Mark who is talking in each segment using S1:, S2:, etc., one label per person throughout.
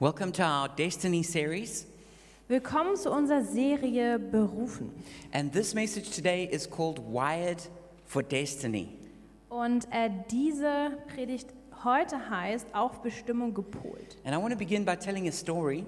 S1: Welcome to our Destiny series.
S2: Willkommen zu unserer Serie Berufen.
S1: And this message today is called Wired for Destiny.
S2: Und äh, diese Predigt heute heißt Auf Bestimmung gepolt.
S1: And I want to begin by telling a story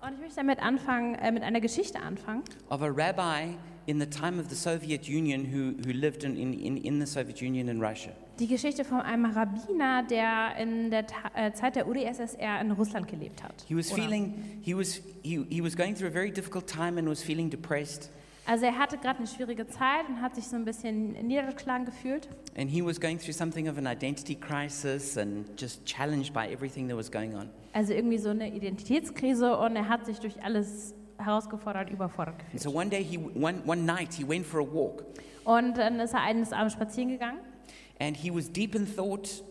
S2: Und ich möchte damit anfangen, äh, mit einer Geschichte anfangen
S1: of a rabbi in the time of the Soviet Union who, who lived in, in, in, in the Soviet Union in Russia.
S2: Die Geschichte von einem Rabbiner, der in der Ta äh, Zeit der UdSSR in Russland gelebt hat.
S1: He was
S2: Oder-
S1: feeling, he was, he, he was going through a very difficult time and was feeling depressed.
S2: Also er hatte gerade eine schwierige Zeit und hat sich so ein bisschen niedergeschlagen gefühlt.
S1: And he was going through something of an identity crisis and just challenged by everything that was going on.
S2: Also irgendwie so eine Identitätskrise und er hat sich durch alles herausgefordert, überfordert
S1: And
S2: gefühlt.
S1: so one day, he, one, one night, he went for a walk
S2: Und dann ist er eines Abends spazieren gegangen
S1: and he was deep in thought.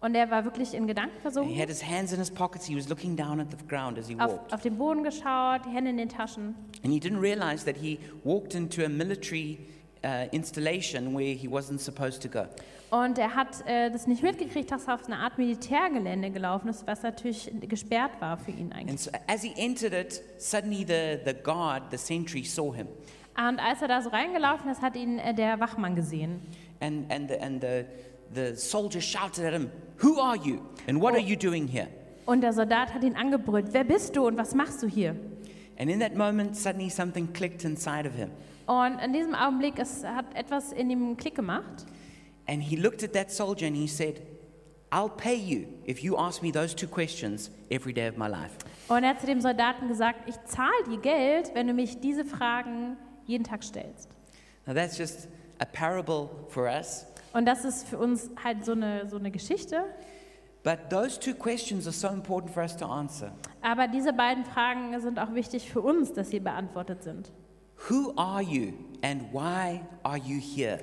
S2: und er war wirklich in Gedanken
S1: He had
S2: versunken,
S1: his hands in his pockets. He was looking down at the ground as he
S2: auf,
S1: walked.
S2: auf den Boden geschaut, die Hände in den Taschen.
S1: And he didn't realize that he walked into a military uh, installation where he wasn't supposed to go.
S2: Und er hat äh, das nicht mitgekriegt, dass er auf eine Art Militärgelände gelaufen ist, was natürlich gesperrt war für ihn eigentlich.
S1: And so as he entered it, suddenly the, the guard, the sentry, saw him.
S2: Ah, Und als er da so reingelaufen ist, hat ihn äh, der Wachmann gesehen.
S1: And, and, the, and the, the soldier shouted at him, Who are you? And what are you doing here?
S2: Und der Soldat hat ihn angebrüllt, wer bist du und was machst du hier?
S1: And in that moment, suddenly something clicked inside of him.
S2: Und in diesem Augenblick es hat etwas in ihm Klick gemacht.
S1: And he looked at that soldier and he said, I'll pay you if you ask me those two questions every day of my life.
S2: Und er hat zu dem Soldaten gesagt, ich zahle dir Geld, wenn du mich diese Fragen jeden Tag stellst.
S1: Now, that's just a parable for us.
S2: Und das ist für uns halt so eine, so eine Geschichte.
S1: But those two questions are so important for us to answer.
S2: Aber diese beiden Fragen sind auch wichtig für uns, dass sie beantwortet sind.
S1: Who are you and why are you here?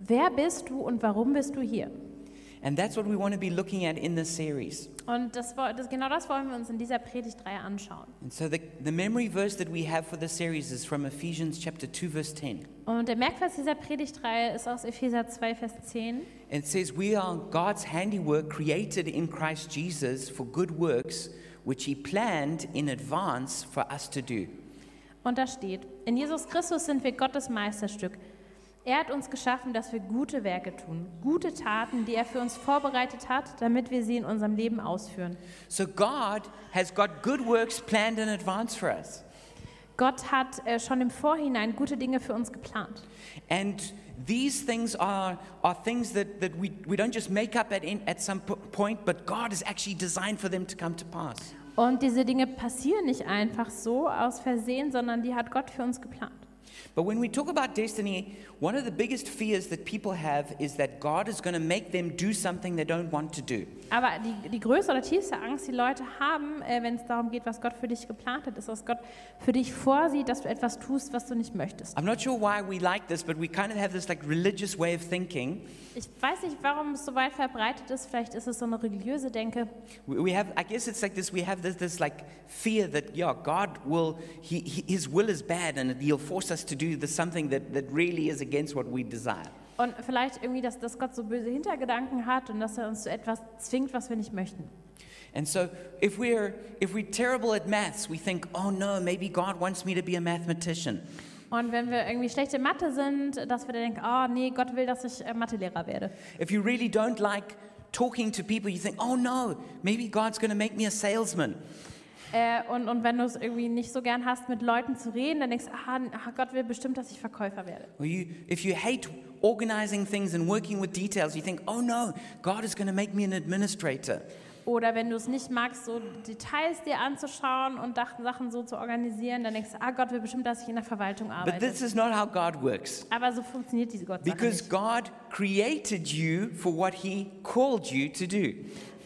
S2: Wer bist du und warum bist du hier?
S1: And that's what we want to be looking at in this series.
S2: Und das, wo- das, genau das wollen wir uns in dieser Predigtreihe anschauen.
S1: And so the, the memory verse that we have for the series is from Ephesians chapter 2 verse 10.
S2: Und der Merkvers dieser Predigtreihe ist aus Epheser 2, Vers 10.
S1: It says, "We are God's handiwork created in Christ Jesus for good works which he planned in advance for us to do."
S2: Und da steht, in Jesus Christus sind wir Gottes Meisterstück. Er hat uns geschaffen, dass wir gute Werke tun, gute Taten, die er für uns vorbereitet hat, damit wir sie in unserem Leben ausführen.
S1: So God has got good works planned in advance for us.
S2: Gott hat äh, schon im Vorhinein gute Dinge für uns geplant.
S1: And these things are, are things that, that we, we don't just make up at, in, at some p- point, but God has actually designed for them to come to pass.
S2: Und diese Dinge passieren nicht einfach so aus Versehen, sondern die hat Gott für uns geplant.
S1: But when we talk about destiny, one of the biggest fears that people have is that God is going to make them do something they don't want to do.
S2: Aber die, die größte oder tiefste Angst, die Leute haben, äh, wenn es darum geht, was Gott für dich geplant hat, ist, dass Gott für dich vorsieht, dass du etwas tust, was du nicht möchtest.
S1: I'm not sure why we like this, but we kind of have this like religious way of thinking.
S2: Ich weiß nicht, warum es so weit verbreitet ist. Vielleicht ist es so eine religiöse Denke.
S1: We, we have, I guess it's like this, we have this, this like fear that, yeah, God will, he, he- his will is bad and he'll force us to do the, something that, that really is against what we desire.
S2: Und vielleicht irgendwie, dass, dass Gott so böse Hintergedanken hat und dass er uns zu etwas zwingt, was wir nicht möchten.
S1: And so if we're if we're terrible at maths, we think, "Oh no, maybe God wants me to be a mathematician."
S2: Und wenn wir irgendwie schlechte in Mathe sind, dass wir dann denken, oh nee, Gott will, dass ich äh, Mathelehrer werde.
S1: If you really don't like talking to people, you think, "Oh no, maybe God's going to make me a salesman."
S2: Äh, und, und wenn du es irgendwie nicht so gern hast, mit Leuten zu reden, dann denkst du, ah, n- ah, Gott will bestimmt, dass ich Verkäufer werde.
S1: Or you if you hate organizing things and working with details, you think, "Oh no, God is going to make me an administrator."
S2: Oder wenn du es nicht magst, so Details dir anzuschauen und Dach- Sachen so zu organisieren, dann denkst du, ah, Gott will bestimmt, dass ich in der Verwaltung
S1: But
S2: arbeite.
S1: this is not how God works.
S2: Aber so funktioniert diese Gott
S1: Because
S2: nicht.
S1: God created you for what he called you to do.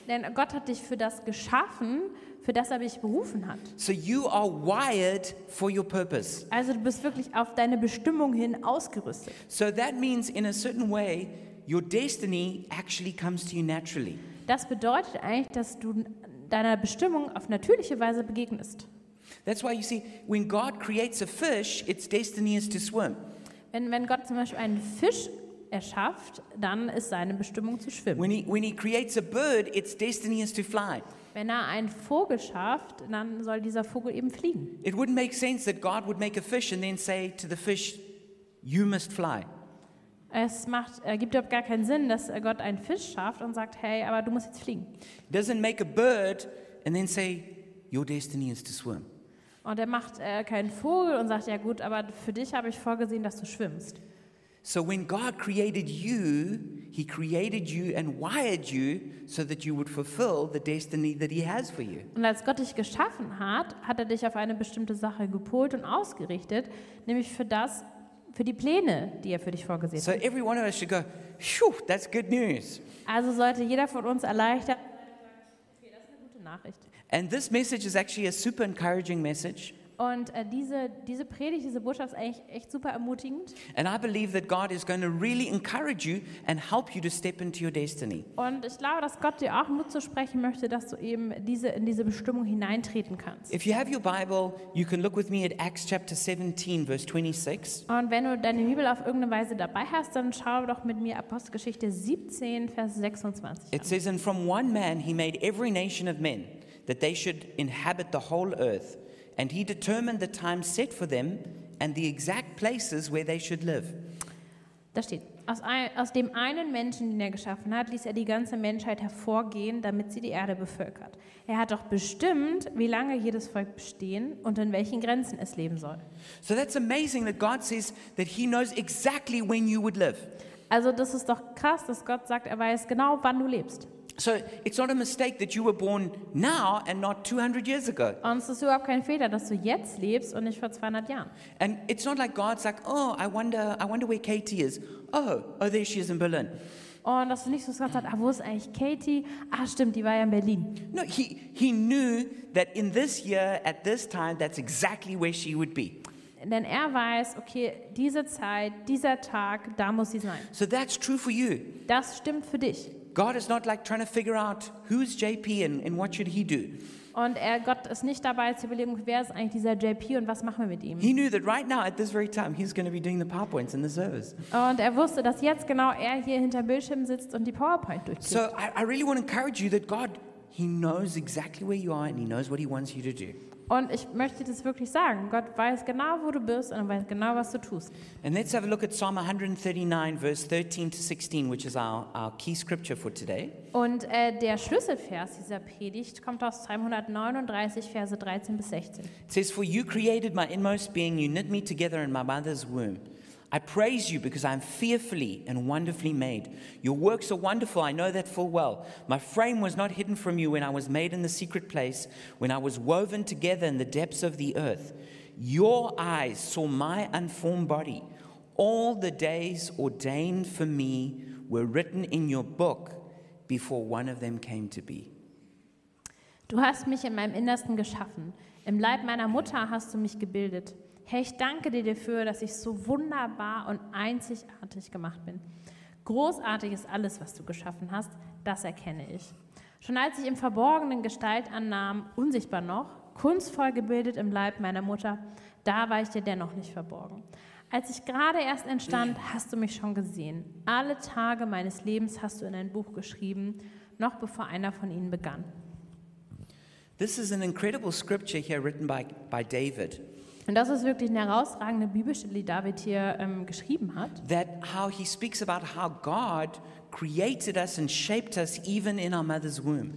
S2: Denn Gott hat dich für das geschaffen, für das er dich berufen hat.
S1: So you are wired for your purpose.
S2: Also du bist wirklich auf deine Bestimmung hin ausgerüstet.
S1: So that means, in a certain way, your destiny actually comes to you naturally.
S2: Das bedeutet eigentlich, dass du deiner Bestimmung auf natürliche Weise begegnest.
S1: That's why you see, when God creates a fish, its destiny is to swim.
S2: Wenn, wenn Gott zum Beispiel einen Fisch erschafft, dann ist seine Bestimmung zu schwimmen.
S1: When he, when he creates a bird, its destiny is to fly.
S2: Wenn er einen Vogel schafft, dann soll dieser Vogel eben fliegen.
S1: It wouldn't make sense that God would make a fish and then say to the fish, You must fly.
S2: Es macht, äh, gibt überhaupt gar keinen Sinn, dass äh, Gott einen Fisch schafft und sagt, hey, aber du musst jetzt fliegen.
S1: Doesn't make a bird and then say, Your destiny is to swim.
S2: Und er macht äh, keinen Vogel und sagt, ja gut, aber für dich habe ich vorgesehen, dass du schwimmst.
S1: So when God created you, He created you and wired you so that you would fulfill the destiny that He has for you.
S2: Und als Gott dich geschaffen hat, hat er dich auf eine bestimmte Sache gepolt und ausgerichtet, nämlich für das, für die Pläne, die er für dich vorgesehen
S1: So
S2: hat.
S1: every one of us should go, Phew, that's good news.
S2: Also sollte jeder von uns erleichtert. Okay, das ist eine gute Nachricht.
S1: And this message is actually a super encouraging message.
S2: Und äh, diese, diese Predigt, diese Botschaft ist eigentlich echt super ermutigend.
S1: And I believe that God is going to really encourage you and help you to step into your destiny.
S2: Und ich glaube, dass Gott dir auch Mut zu sprechen möchte, dass du eben diese, in diese Bestimmung hineintreten kannst.
S1: If you have your Bible, you can look with me at Acts chapter 17, verse 26.
S2: Und wenn du deine Bibel auf irgendeine Weise dabei hast, dann schau doch mit mir Apostelgeschichte 17, Vers 26 an.
S1: It says, And from one man he made every nation of men, that they should inhabit the whole earth. And he determined the time set for them and the exact places where they should live.
S2: Da steht, aus, ein, aus dem einen Menschen, den er geschaffen hat, ließ er die ganze Menschheit hervorgehen, damit sie die Erde bevölkert. Er hat doch bestimmt, wie lange jedes Volk bestehen und in welchen Grenzen es leben soll.
S1: So that's amazing that God says that he knows exactly when you would live.
S2: Also das ist doch krass, dass Gott sagt, er weiß genau, wann du lebst.
S1: So it's not a mistake that you were born now and not 200 years ago.
S2: Und es ist überhaupt kein Fehler, dass du jetzt lebst und nicht vor 200 Jahren.
S1: And it's not like God's like, oh, I wonder, I wonder where Katie is. Oh, oh, there she is in Berlin.
S2: Und dass du nicht so gesagt hast, ah, wo ist eigentlich Katie? Ah, stimmt, die war ja in Berlin.
S1: No, he, he knew that in this year, at this time, that's exactly where she would be.
S2: Denn er weiß, okay, diese Zeit, dieser Tag, da muss sie sein.
S1: So that's true for you.
S2: Das stimmt für dich.
S1: God is not like trying to figure out who's JP and, and what should he do.
S2: Und er, Gott ist nicht dabei zu überlegen, wer ist eigentlich dieser JP und was machen wir mit ihm.
S1: He knew that right now, at this very time, he's going to be doing the PowerPoints in the service.
S2: Und er wusste, dass jetzt genau er hier hinter Bildschirm sitzt und die PowerPoint durchzieht.
S1: So I, I really want to encourage you that God, he knows exactly where you are and he knows what he wants you to do.
S2: Und ich möchte das wirklich sagen. Gott weiß genau, wo du bist und er weiß genau, was du tust.
S1: And let's have a look at Psalm 139, verse 13 to 16, which is our, our key scripture for today.
S2: Und äh, der Schlüsselvers dieser Predigt kommt aus Psalm 139, Verse 13 bis 16.
S1: It says, For you created my inmost being, you knit me together in my mother's womb. I praise you because I am fearfully and wonderfully made. Your works are wonderful, I know that full well. My frame was not hidden from you when I was made in the secret place, when I was woven together in the depths of the earth. Your eyes saw my unformed body. All the days ordained for me were written in your book before one of them came to be.
S2: Du hast mich in meinem Innersten geschaffen. Im Leib meiner Mutter hast du mich gebildet. Herr, ich danke dir dafür, dass ich so wunderbar und einzigartig gemacht bin. Großartig ist alles, was du geschaffen hast, das erkenne ich. Schon als ich im Verborgenen Gestalt annahm, unsichtbar noch, kunstvoll gebildet im Leib meiner Mutter, da war ich dir dennoch nicht verborgen. Als ich gerade erst entstand, hast du mich schon gesehen. Alle Tage meines Lebens hast du in ein Buch geschrieben, noch bevor einer von ihnen begann.
S1: This is an incredible scripture here written by, by David.
S2: Und das ist wirklich eine herausragende Bibelstelle, die David hier ähm, geschrieben hat.
S1: that how he speaks about how God created us and shaped us even in our mother's womb.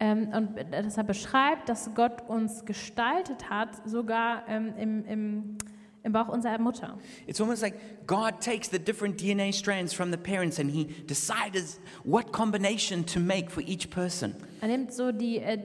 S2: Ähm, und dass er beschreibt, dass Gott uns gestaltet hat, sogar ähm, im, im, im Bauch unserer Mutter.
S1: It's almost like God takes the different DNA strands from the parents and he decides what combination to make for each person.
S2: Er nimmt so die äh,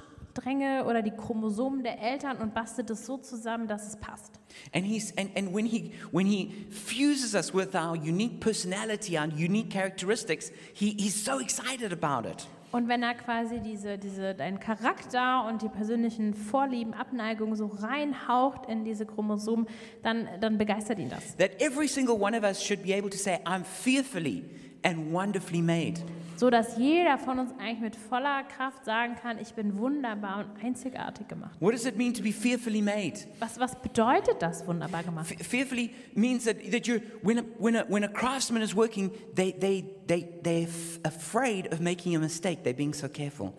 S2: DNA-Stränge oder die Chromosomen der Eltern und bastelt es so zusammen, dass es passt.
S1: And, he's, and, and when, he, when he fuses us with our unique personality, our unique characteristics, he, he's so excited about it.
S2: Und wenn er quasi diese, diese, deinen Charakter und die persönlichen Vorlieben, Abneigungen so reinhaucht in diese Chromosomen, dann, dann begeistert ihn das.
S1: That every single one of us should be able to say, I'm fearfully and wonderfully made.
S2: so dass jeder von uns eigentlich mit voller Kraft sagen kann, ich bin wunderbar und einzigartig gemacht.
S1: What does it mean to be fearfully made?
S2: Was, was bedeutet das wunderbar gemacht?
S1: Fe- Fearfully means that, that you're, when, a, when, a, when a craftsman is working, they, they, they, they're f- afraid of making a mistake. They're being so careful.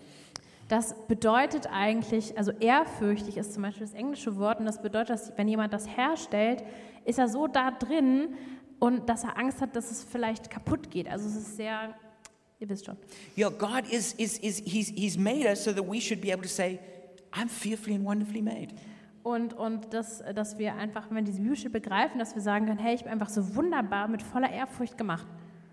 S2: Das bedeutet eigentlich, also ehrfürchtig ist zum Beispiel das englische Wort und das bedeutet, dass wenn jemand das herstellt, ist er so da drin und dass er Angst hat, dass es vielleicht kaputt geht. Also es ist sehr, ihr wisst schon.
S1: Yeah, God is, is, is he's, he's made us so that we should be able to say, I'm fearfully and wonderfully made.
S2: Und, und das, dass wir einfach, wenn wir diese Bücher begreifen, dass wir sagen können, hey, ich bin einfach so wunderbar mit voller Ehrfurcht gemacht.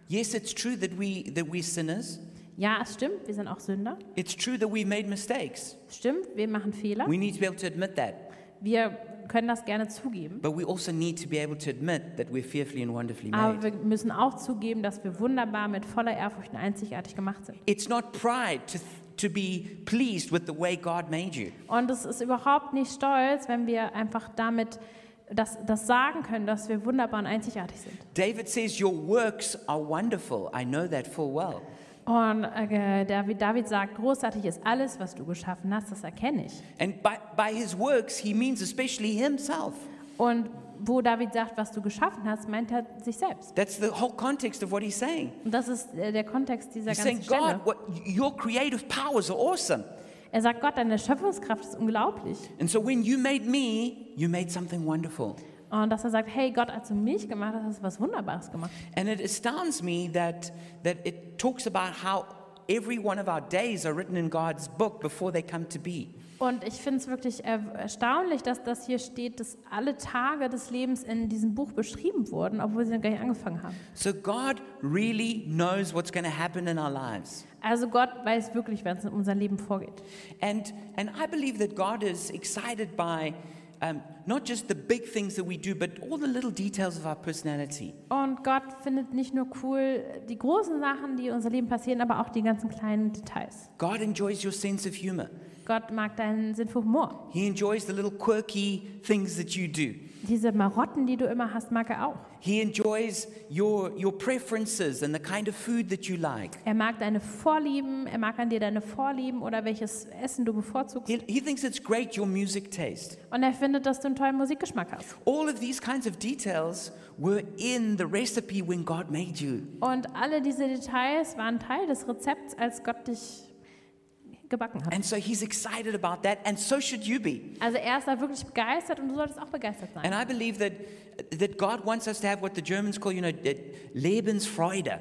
S1: Yes, it's true that, we, that we're sinners.
S2: Ja, es stimmt, wir sind auch Sünder.
S1: It's true that we've made mistakes.
S2: Es stimmt, wir machen Fehler.
S1: We need to be able to admit that.
S2: Wir können das gerne zugeben.
S1: But we also need to be able to admit that we're fearfully and wonderfully
S2: Aber
S1: made.
S2: wir müssen auch zugeben, dass wir wunderbar mit voller Ehrfurcht und einzigartig gemacht sind.
S1: It's not pride to, to be pleased with the way God made you.
S2: Und es ist überhaupt nicht stolz, wenn wir einfach damit das, das sagen können, dass wir wunderbar und einzigartig sind.
S1: David says, Your works are wonderful. I know that full well.
S2: Und äh, David, David sagt, großartig ist alles, was du geschaffen hast, das erkenne ich.
S1: And by, by his works, he means especially himself.
S2: Und wo David sagt, was du geschaffen hast, meint er sich selbst.
S1: That's the whole context of what he's saying.
S2: Und das ist äh, der Kontext dieser
S1: He's saying,
S2: ganzen Stelle.
S1: God, what, your creative powers are awesome.
S2: Er sagt, Gott, deine Schöpfungskraft ist unglaublich.
S1: And so when you made me, you made something wonderful.
S2: Und dass er sagt, hey Gott, als du mich gemacht hast, hast du was Wunderbares gemacht.
S1: And it astounds me that, that it talks about how every one of our days are written in God's book before they come to be.
S2: Und ich finde es wirklich er- erstaunlich, dass das hier steht, dass alle Tage des Lebens in diesem Buch beschrieben wurden, obwohl sie noch gar nicht angefangen haben.
S1: So God really knows what's going to happen in our lives.
S2: Also Gott weiß wirklich, was in unserem Leben vorgeht.
S1: And, and I believe that God is excited by um, not just the big things that we do, but all the little details of our personality.
S2: Und Gott findet nicht nur cool die großen Sachen, die in unserem Leben passieren, aber auch die ganzen kleinen Details.
S1: God enjoys your sense of humor.
S2: Gott mag deinen Sinn für Humor.
S1: He enjoys the little quirky things that you do.
S2: Diese Marotten, die du immer hast, mag er auch.
S1: He enjoys your, your preferences and the kind of food that you like.
S2: Er mag deine Vorlieben, er mag an dir deine Vorlieben oder welches Essen du bevorzugst.
S1: He, he thinks it's great your music taste.
S2: Und er findet, dass du einen tollen Musikgeschmack hast.
S1: All of these kinds of details were in the recipe when God made you.
S2: Und alle diese Details waren Teil des Rezepts, als Gott dich gebacken hat.
S1: And so he's excited about that, and so should you be.
S2: Also er ist da wirklich begeistert und du solltest auch begeistert sein.
S1: And I believe that, that God wants us to have what the Germans call, you know, uh, Lebensfreude.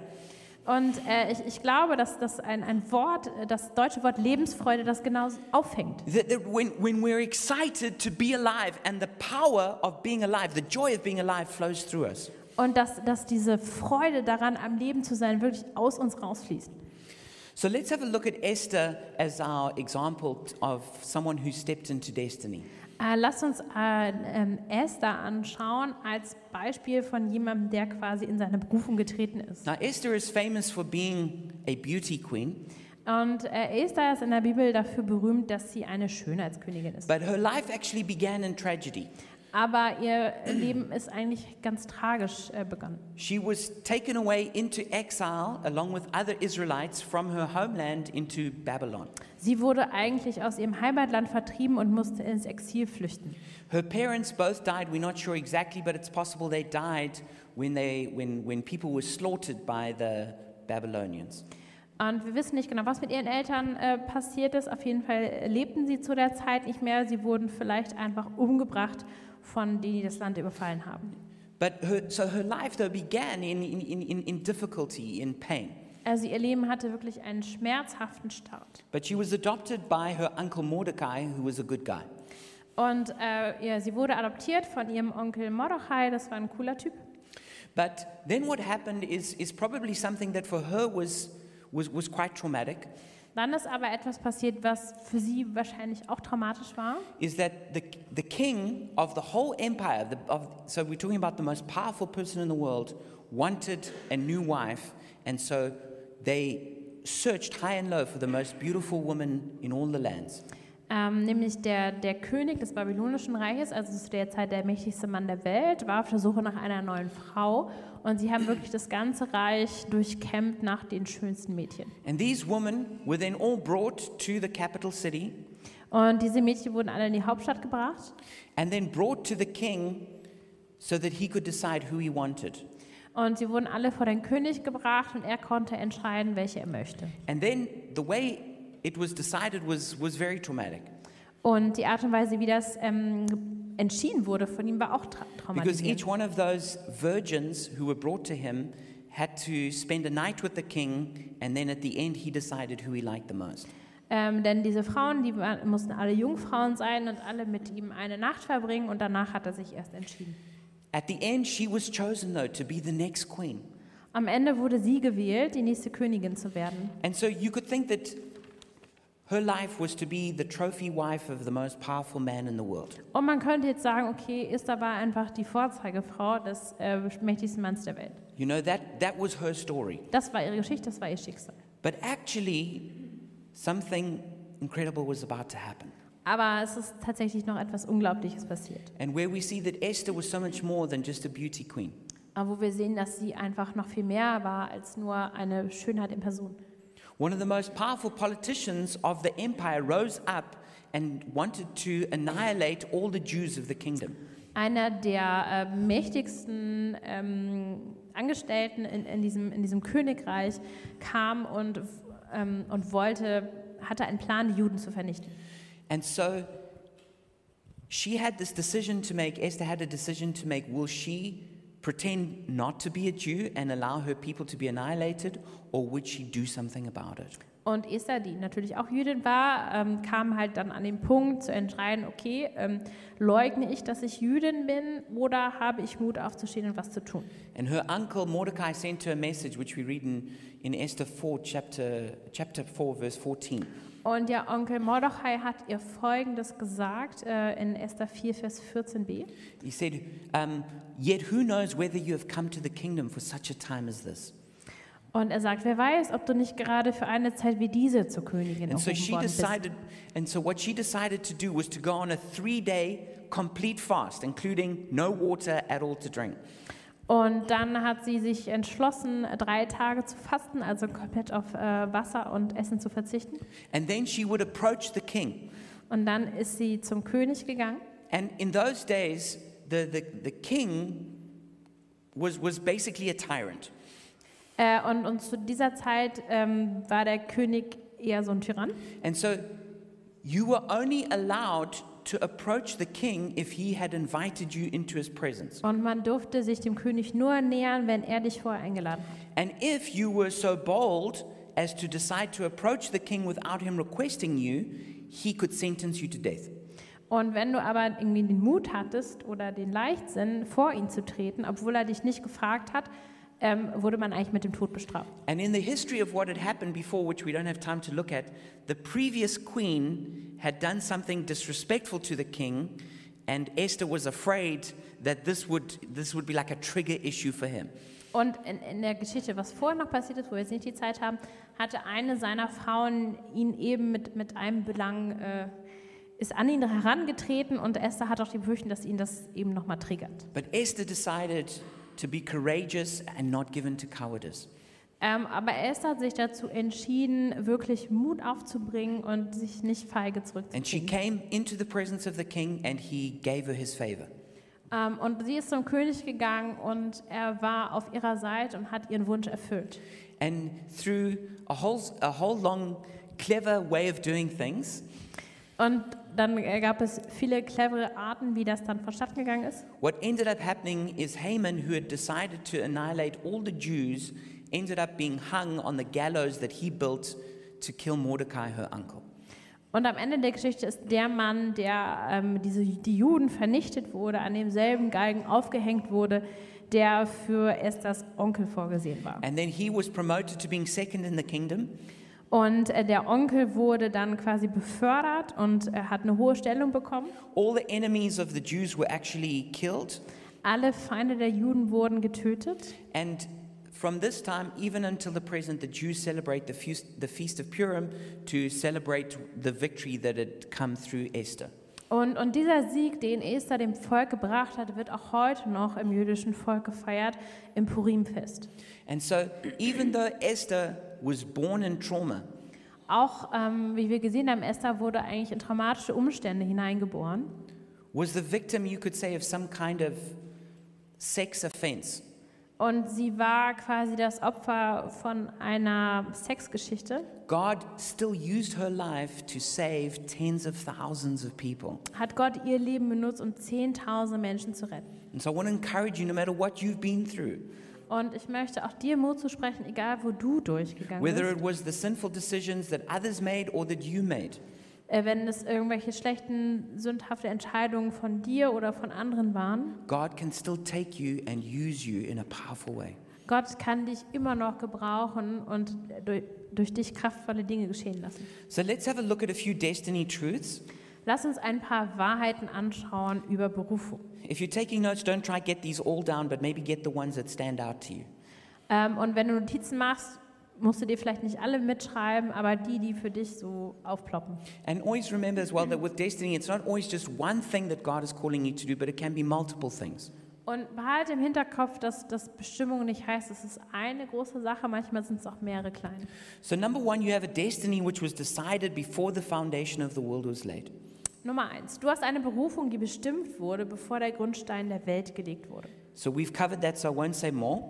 S2: Und äh, ich, ich glaube, dass das ein, ein Wort, äh, das deutsche Wort Lebensfreude, das genau auffängt.
S1: That, that when, when we're excited to be alive and the power of being alive, the joy of being alive flows through us.
S2: Und dass, dass diese Freude daran, am Leben zu sein, wirklich aus uns rausfließt.
S1: So let's have a look at Esther as our example t- of someone who stepped into destiny.
S2: Äh, lasst uns äh, ähm, Esther anschauen als Beispiel von jemandem, der quasi in seine Berufung getreten ist.
S1: Now, Esther is famous for being a beauty queen,
S2: Und äh, Esther ist in der Bibel dafür berühmt, dass sie eine Schönheitskönigin ist.
S1: but her life actually began in tragedy.
S2: Aber ihr Leben ist eigentlich ganz tragisch äh, begonnen.
S1: She was taken away into exile along with other Israelites from her homeland into Babylon.
S2: Sie wurde eigentlich aus ihrem Heimatland vertrieben und musste ins Exil flüchten.
S1: Her parents both died. We're not sure exactly, but it's possible they died when, they, when, when people were slaughtered by the Babylonians.
S2: Und wir wissen nicht genau, was mit ihren Eltern äh, passiert ist. Auf jeden Fall lebten sie zu der Zeit nicht mehr. Sie wurden vielleicht einfach umgebracht von denen, die das Land überfallen haben.
S1: But her, so her life, though, began in, in, in- in, in difficulty, in pain.
S2: Also ihr Leben hatte wirklich einen schmerzhaften Start.
S1: But she was adopted by her uncle Mordecai, who was a good guy.
S2: Und äh, ja, sie wurde adoptiert von ihrem Onkel Mordechai. Das war ein cooler Typ.
S1: But then what happened is, is probably something that for her was, was, was quite traumatic.
S2: Dann ist aber etwas passiert, was für sie wahrscheinlich auch traumatisch war.
S1: is that the, the king of the whole empire, the, of, so we're talking about the most powerful person in the world, wanted a new wife, and so they searched high and low for the most beautiful woman in all the lands.
S2: Ähm, nämlich der, der König des Babylonischen Reiches, also zu der Zeit der mächtigste Mann der Welt, war auf der Suche nach einer neuen Frau. Und sie haben wirklich das ganze Reich durchkämmt nach den schönsten Mädchen.
S1: And these women were then all brought to the capital city
S2: Und diese Mädchen wurden alle in die Hauptstadt gebracht.
S1: and then brought to the king so that he could decide who he wanted.
S2: Und sie wurden alle vor den König gebracht und er konnte entscheiden, welche er möchte.
S1: And then the way it was decided was, was very traumatic
S2: Und die Art und Weise, wie das ähm, entschieden wurde von ihm, war auch tra
S1: because each
S2: traumatisierend.
S1: one of those virgins who were brought to him had to spend a night with the king, and then at the end, he decided who he liked the most.
S2: Ähm, denn diese Frauen, die wa- mussten alle Jungfrauen sein und alle mit ihm eine Nacht verbringen und danach hat er sich erst entschieden.
S1: At the end, she was chosen, though, to be the next queen.
S2: Am Ende wurde sie gewählt, die nächste Königin zu werden.
S1: And so you could think that her life was to be the trophy wife of the most powerful man in the world.
S2: Und man könnte jetzt sagen, okay, ist aber einfach die Vorzeigefrau des äh, mächtigsten Manns der Welt.
S1: You know, that, that was her story.
S2: Das war ihre Geschichte, das war ihr Schicksal.
S1: But actually, something incredible was about to happen.
S2: Aber es ist tatsächlich noch etwas Unglaubliches passiert.
S1: And where we see that Esther was so much more than just a beauty queen.
S2: Aber wo wir sehen, dass sie einfach noch viel mehr war als nur eine Schönheit in Person.
S1: One of the most powerful politicians of the empire rose up and wanted to annihilate all the Jews of the kingdom.
S2: Einer der äh, mächtigsten ähm, Angestellten in, in, diesem, in diesem Königreich kam und, ähm, und wollte, hatte einen Plan, die Juden zu vernichten.
S1: And so she had this decision to make. Esther had a decision to make. Will she pretend not to be a Jew and allow her people to be annihilated, or would she do something about it?
S2: Und Esther, die natürlich auch Jüdin war, ähm, kam halt dann an den Punkt zu entscheiden, okay, ähm, leugne ich, dass ich Jüdin bin oder habe ich Mut aufzustehen und was zu tun?
S1: And her uncle Mordecai sent her a message, which we read in, in Esther 4, chapter, chapter 4, verse 14.
S2: Und der Onkel Mordechai hat ihr Folgendes gesagt äh, in Esther 4, Vers 14b.
S1: He said, um, Yet who knows whether you have come to the kingdom for such a time as this?
S2: Und er sagt, wer weiß, ob du nicht gerade für eine Zeit wie diese zur Königin
S1: And so
S2: erhoben
S1: she
S2: worden bist.
S1: decided, and so what she decided to do was to go on a three day complete fast, including no water at all to drink.
S2: Und dann hat sie sich entschlossen, drei Tage zu fasten, also komplett auf äh, Wasser und Essen zu verzichten.
S1: And then she would approach the king.
S2: Und dann ist sie zum König gegangen.
S1: And in those days, the, the, the king was, was basically a tyrant.
S2: Äh, und, und zu dieser Zeit ähm, war der König eher so ein Tyrann.
S1: And so you were only allowed to approach the king if he had invited you into his presence.
S2: Und man durfte sich dem König nur nähern, wenn er dich vorher eingeladen hat.
S1: And if you were so bold as to decide to approach the king without him requesting you, he could sentence you to death.
S2: Und wenn du aber irgendwie den Mut hattest oder den Leichtsinn, vor ihn zu treten, obwohl er dich nicht gefragt hat, ähm, wurde man eigentlich mit dem Tod bestraft.
S1: And in the history of what had happened before, which we don't have time to look at, the previous queen had done something disrespectful to the king, and Esther was afraid that this would, this would be like a trigger issue for him.
S2: Und in, in der Geschichte, was vorher noch passiert ist, wo wir jetzt nicht die Zeit haben, hatte eine seiner Frauen ihn eben mit, mit einem Belang, äh, ist an ihn herangetreten und Esther hat auch die Befürchtung, dass ihn das eben nochmal triggert.
S1: But Esther decided to be courageous and not given to cowardice.
S2: Ähm, aber Esther hat sich dazu entschieden, wirklich Mut aufzubringen und sich nicht feige
S1: And she
S2: zurückzuziehen.
S1: came into the presence of the king, and he gave her his favor.
S2: Ähm, und sie ist zum König gegangen und er war auf ihrer Seite und hat ihren Wunsch erfüllt.
S1: And through a whole, a whole long, clever way of doing things,
S2: Und dann äh, gab es viele clevere Arten, wie das dann vonstatten gegangen ist.
S1: what ended up happening is Haman, who had decided to annihilate all the Jews, ended up being hung on the gallows that he built to kill Mordecai, her uncle.
S2: Und am Ende der Geschichte ist der Mann, der ähm, diese, die Juden vernichtet wurde, an demselben Galgen aufgehängt wurde, der für Esthers Onkel vorgesehen war.
S1: And then he was promoted to being second in the kingdom,
S2: Und äh, der Onkel wurde dann quasi befördert und äh, hat eine hohe Stellung bekommen.
S1: All the enemies of the Jews were actually killed.
S2: Alle Feinde der Juden wurden getötet.
S1: And from this time, even until the present, the Jews celebrate the feast, the feast of Purim to celebrate the victory that had come through Esther.
S2: Und, und dieser Sieg, den Esther dem Volk gebracht hat, wird auch heute noch im jüdischen Volk gefeiert, im Purimfest.
S1: And so, even though Esther was born in trauma,
S2: Auch, ähm, wie wir gesehen haben, Esther wurde eigentlich in traumatische Umstände hineingeboren.
S1: was the victim, you could say, of some kind of sex offense.
S2: Und sie war quasi das Opfer von einer Sexgeschichte,
S1: God still used her life to save tens of thousands of people.
S2: hat Gott ihr Leben benutzt, um zehntausende Menschen zu retten.
S1: And so I want to encourage you, no matter what you've been through,
S2: Und ich möchte auch dir Mut zusprechen, egal wo du durchgegangen
S1: whether
S2: bist.
S1: it was the sinful decisions that others made or that you made,
S2: Äh, wenn es irgendwelche schlechten, sündhafte Entscheidungen von dir oder von anderen waren,
S1: God can still take you and use you in a powerful way.
S2: Gott kann dich immer noch gebrauchen und durch, durch dich kraftvolle Dinge geschehen lassen.
S1: So let's have a look at a few destiny truths.
S2: Lass uns ein paar Wahrheiten anschauen über Berufung.
S1: If you're taking notes, don't try get these all down, but maybe get the ones that stand out to you.
S2: Ähm, und wenn du Notizen machst, musst du dir vielleicht nicht alle mitschreiben, aber die, die für dich so aufploppen.
S1: And always remember as well that with destiny, it's not always just one thing that God is calling you to do, but it can be multiple things.
S2: Und behalte im Hinterkopf, dass das Bestimmung nicht heißt, es ist eine große Sache, manchmal sind es auch mehrere kleine.
S1: So, number one, you have a destiny which was decided before the foundation of the world was laid.
S2: Nummer eins, du hast eine Berufung, die bestimmt wurde, bevor der Grundstein der Welt gelegt wurde.
S1: So, we've covered that, so I won't say more.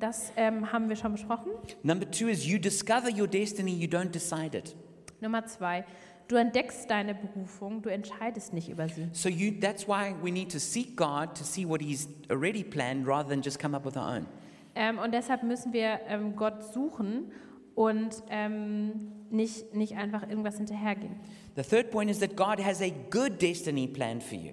S2: Das ähm, haben wir schon besprochen.
S1: Number two is you discover your destiny, you don't decide it.
S2: Nummer zwei, du entdeckst deine Berufung, du entscheidest nicht über sie.
S1: So, you, that's why we need to seek God to see what He's already planned rather than just come up with our own.
S2: Ähm, und deshalb müssen wir ähm, Gott suchen und ähm, nicht, nicht einfach irgendwas hinterhergehen.
S1: The third point is that God has a good destiny plan for you.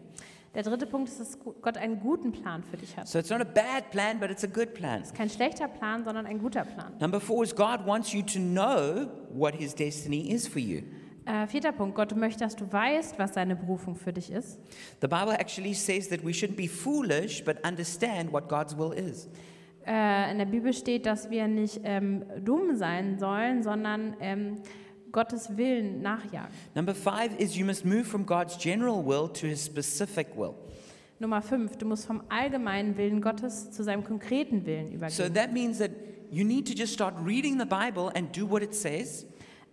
S2: Der dritte Punkt ist, dass Gott einen guten Plan für dich hat.
S1: So, it's not a bad plan, but it's a good plan.
S2: Es ist kein schlechter Plan, sondern ein guter Plan.
S1: Number four is God wants you to know what His destiny is for you.
S2: Äh, vierter Punkt, Gott möchte, dass du weißt, was seine Berufung für dich ist.
S1: The Bible actually says that we shouldn't be foolish, but understand what God's will is.
S2: Äh, in der Bibel steht, dass wir nicht ähm, dumm sein sollen, sondern ähm, Gottes Willen nachjagen.
S1: Number five is you must move from God's general will to his specific will.
S2: Nummer fünf, du musst vom allgemeinen Willen Gottes zu seinem konkreten Willen
S1: So
S2: übergehen.
S1: that means that you need to just start reading the Bible and do what it says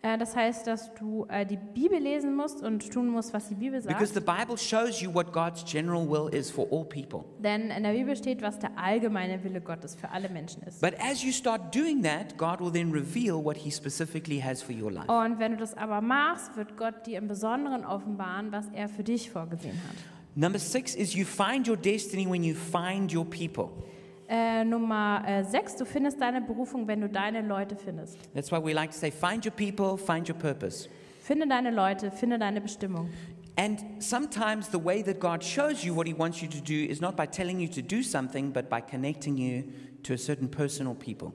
S2: Äh, das heißt, dass du äh, die Bibel lesen musst und tun musst, was die Bibel
S1: because
S2: sagt.
S1: the Bible shows you what God's general will is for all people.
S2: Denn in der Bibel steht, was der allgemeine Wille Gottes für alle Menschen ist.
S1: But as you start doing that, God will then reveal what he specifically has for your life.
S2: Und wenn du das aber machst, wird Gott dir im Besonderen offenbaren, was er für dich vorgesehen hat.
S1: Number six is you find your destiny when you find your people.
S2: Äh, Nummer äh, sechs, du findest deine Berufung, wenn du deine Leute findest.
S1: That's why we like to say, find your people, find your purpose.
S2: Finde deine Leute, finde deine Bestimmung.
S1: And sometimes the way that God shows you what He wants you to do is not by telling you to do something, but by connecting you to a certain person or people.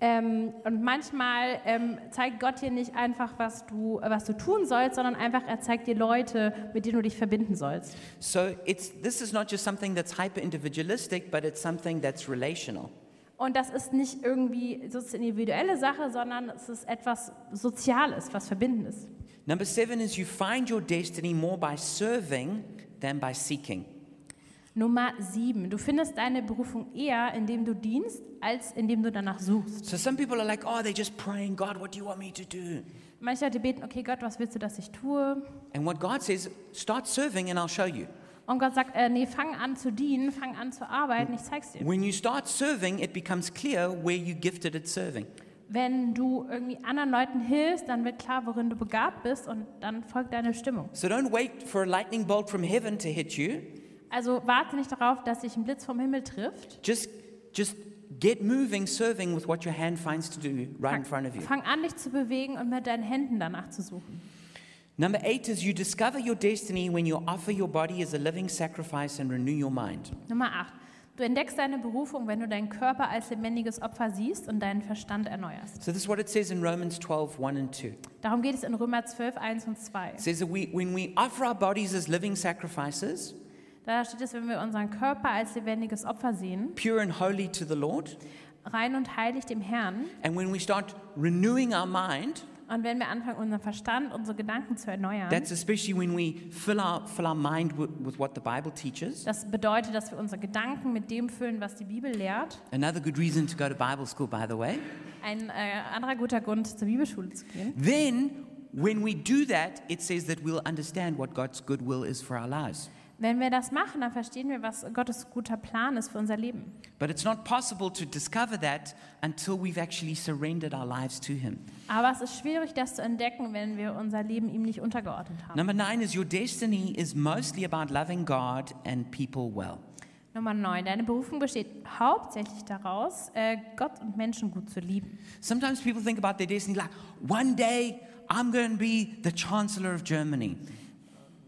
S2: Ähm, und manchmal ähm, zeigt Gott dir nicht einfach, was du, äh, was du tun sollst, sondern einfach, er zeigt dir Leute, mit denen du dich verbinden sollst.
S1: So it's, this is not just something that's hyper individualistic, but it's something that's relational.
S2: Und das ist nicht irgendwie so eine individuelle Sache, sondern es ist etwas Soziales, was Verbindendes.
S1: Number seven is you find your destiny more by serving than by seeking.
S2: Nummer sieben. Du findest deine Berufung eher, indem du dienst, als indem du danach suchst.
S1: So some people are like, oh, they're just praying, God, what do you want me to do?
S2: Manche Leute beten, okay Gott, was willst du, dass ich tue?
S1: And what God says, start serving and I'll show you.
S2: Und Gott sagt, äh, nee, fang an zu dienen, fang an zu arbeiten, ich zeig's dir.
S1: When you start serving, it becomes clear where you're gifted at serving.
S2: Wenn du irgendwie anderen Leuten hilfst, dann wird klar, worin du begabt bist und dann folgt deine Stimmung.
S1: So don't wait for a lightning bolt from heaven to hit you.
S2: Also warte nicht darauf, dass dich ein Blitz vom Himmel trifft.
S1: Just just get moving, serving with what your hand finds to do right in front of you.
S2: Fang an, dich zu bewegen und mit deinen Händen danach zu suchen.
S1: Number 8 is you discover your destiny when you offer your body as a living sacrifice and renew your mind.
S2: Nummer 8. Du entdeckst deine Berufung, wenn du deinen Körper als lebendiges Opfer siehst und deinen Verstand erneuerst.
S1: So this is what it says in Romans 12, 1 and 2.
S2: Darum geht es in Römer 12, 1 und 2.
S1: It says that we, when we offer our bodies as living sacrifices,
S2: Da steht es, wenn wir unseren Körper als lebendiges Opfer sehen,
S1: pure and holy to the Lord,
S2: rein und heilig dem Herrn,
S1: and when we start renewing our mind,
S2: und wenn wir anfangen, unseren Verstand, unsere Gedanken zu erneuern,
S1: that's especially when we fill our, fill our mind with, with what the Bible teaches.
S2: das bedeutet, dass wir unsere Gedanken mit dem füllen, was die Bibel lehrt.
S1: Another good reason to go to Bible school, by the way.
S2: Ein äh, anderer guter Grund, zur Bibelschule zu gehen.
S1: Then, when we do that, it says that we'll understand what God's good will is for our lives.
S2: Wenn wir das machen, dann verstehen wir, was Gottes guter Plan ist für unser Leben.
S1: But it's not possible to discover that until we've actually surrendered our lives to Him.
S2: Aber es ist schwierig, das zu entdecken, wenn wir unser Leben ihm nicht untergeordnet haben.
S1: Number nine is your destiny is mostly about loving God and people well.
S2: Nummer 9. Deine Berufung besteht hauptsächlich daraus, äh, Gott und Menschen gut zu lieben.
S1: Sometimes people think about their destiny like, one day I'm going to be the Chancellor of Germany.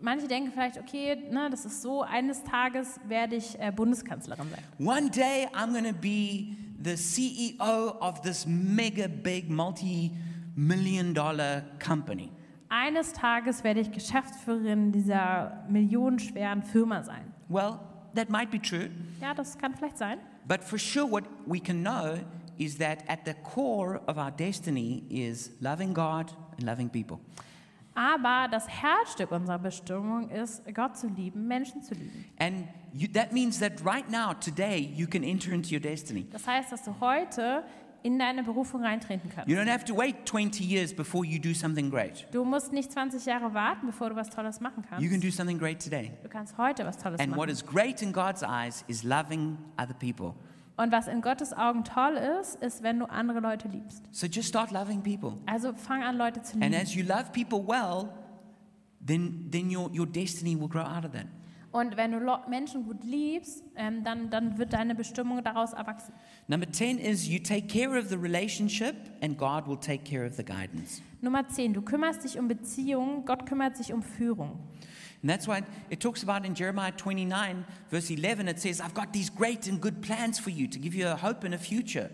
S2: Manche denken vielleicht, okay, ne, das ist so, eines Tages werde ich äh, Bundeskanzlerin sein.
S1: One day I'm going to be the CEO of this mega big multi million dollar company.
S2: Eines Tages werde ich Geschäftsführerin dieser millionenschweren Firma sein.
S1: Well, that might be true,
S2: Ja, das kann vielleicht sein.
S1: but for sure, what we can know is that at the core of our destiny is loving God and loving people.
S2: Aber das Herzstück unserer Bestimmung ist, Gott zu lieben, Menschen zu lieben.
S1: And you, that means that right now, today, you can enter into your destiny.
S2: Das heißt, dass du heute in deine Berufung reintreten
S1: You
S2: kannst.
S1: don't have to wait 20 years before you do something great.
S2: Du musst nicht 20 Jahre warten, bevor du was Tolles machen
S1: You can
S2: kannst.
S1: do something great today.
S2: Du kannst heute was Tolles
S1: And
S2: machen.
S1: what is great in God's eyes is loving other people.
S2: Und was in Gottes Augen toll ist, ist, wenn du andere Leute liebst.
S1: So just start loving people.
S2: Also fang an, Leute zu
S1: And
S2: lieben.
S1: as you love people well, then, then your, your destiny will grow out of that.
S2: Und wenn du Lo- Menschen gut liebst, ähm, dann, dann wird deine Bestimmung daraus erwachsen.
S1: Number 10 is you take care of the relationship, and God will take care of the guidance.
S2: Nummer 10. Du kümmerst dich um Beziehungen, Gott kümmert sich um Führung.
S1: And that's why it talks about in Jeremiah 29, verse 11, it says, I've got these great and good plans for you to give you a hope and a future.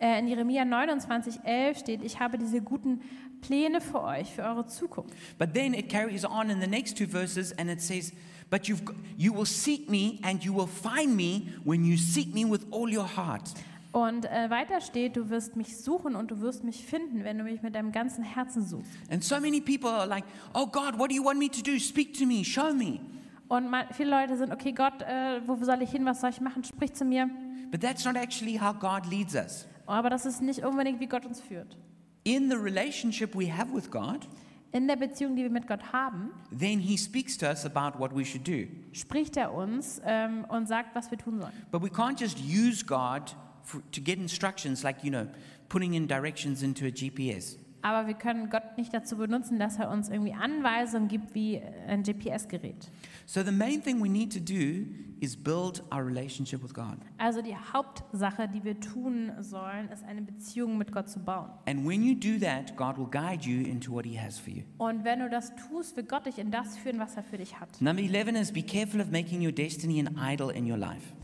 S2: Äh, in Jeremia 29, 11 steht, ich habe diese guten Pläne für euch, für eure Zukunft.
S1: But then it carries on in the next two verses and it says, But you've, g- you will seek me and you will find me when you seek me with all your heart.
S2: Und äh, weiter steht, du wirst mich suchen und du wirst mich finden, wenn du mich mit deinem ganzen Herzen suchst.
S1: And so many people are like, Oh God, what do you want me to do? Speak to me, show me.
S2: Und man, viele Leute sind, okay, Gott, äh, wo soll ich hin, was soll ich machen, sprich zu mir. Oh,
S1: But that's not actually how God leads us.
S2: Aber das ist nicht unbedingt, wie Gott uns führt.
S1: In the relationship we have with God,
S2: In der Beziehung, die wir mit Gott haben,
S1: then He speaks to us about what we should do.
S2: spricht er uns ähm, und sagt, was wir tun sollen.
S1: But we can't just use God for, to get instructions, like, you know, putting in directions into a GPS.
S2: Aber wir können Gott nicht dazu benutzen, dass er uns irgendwie Anweisungen gibt wie ein GPS-Gerät.
S1: So the main thing we need to do is build our relationship with God.
S2: Also die Hauptsache, die wir tun sollen, ist eine Beziehung mit Gott zu bauen.
S1: And when you do that, God will guide you into what He has for you.
S2: Und wenn du das tust, wird Gott dich in das führen, was er für dich hat.
S1: Number 11 is be careful of making your destiny an idol in your life.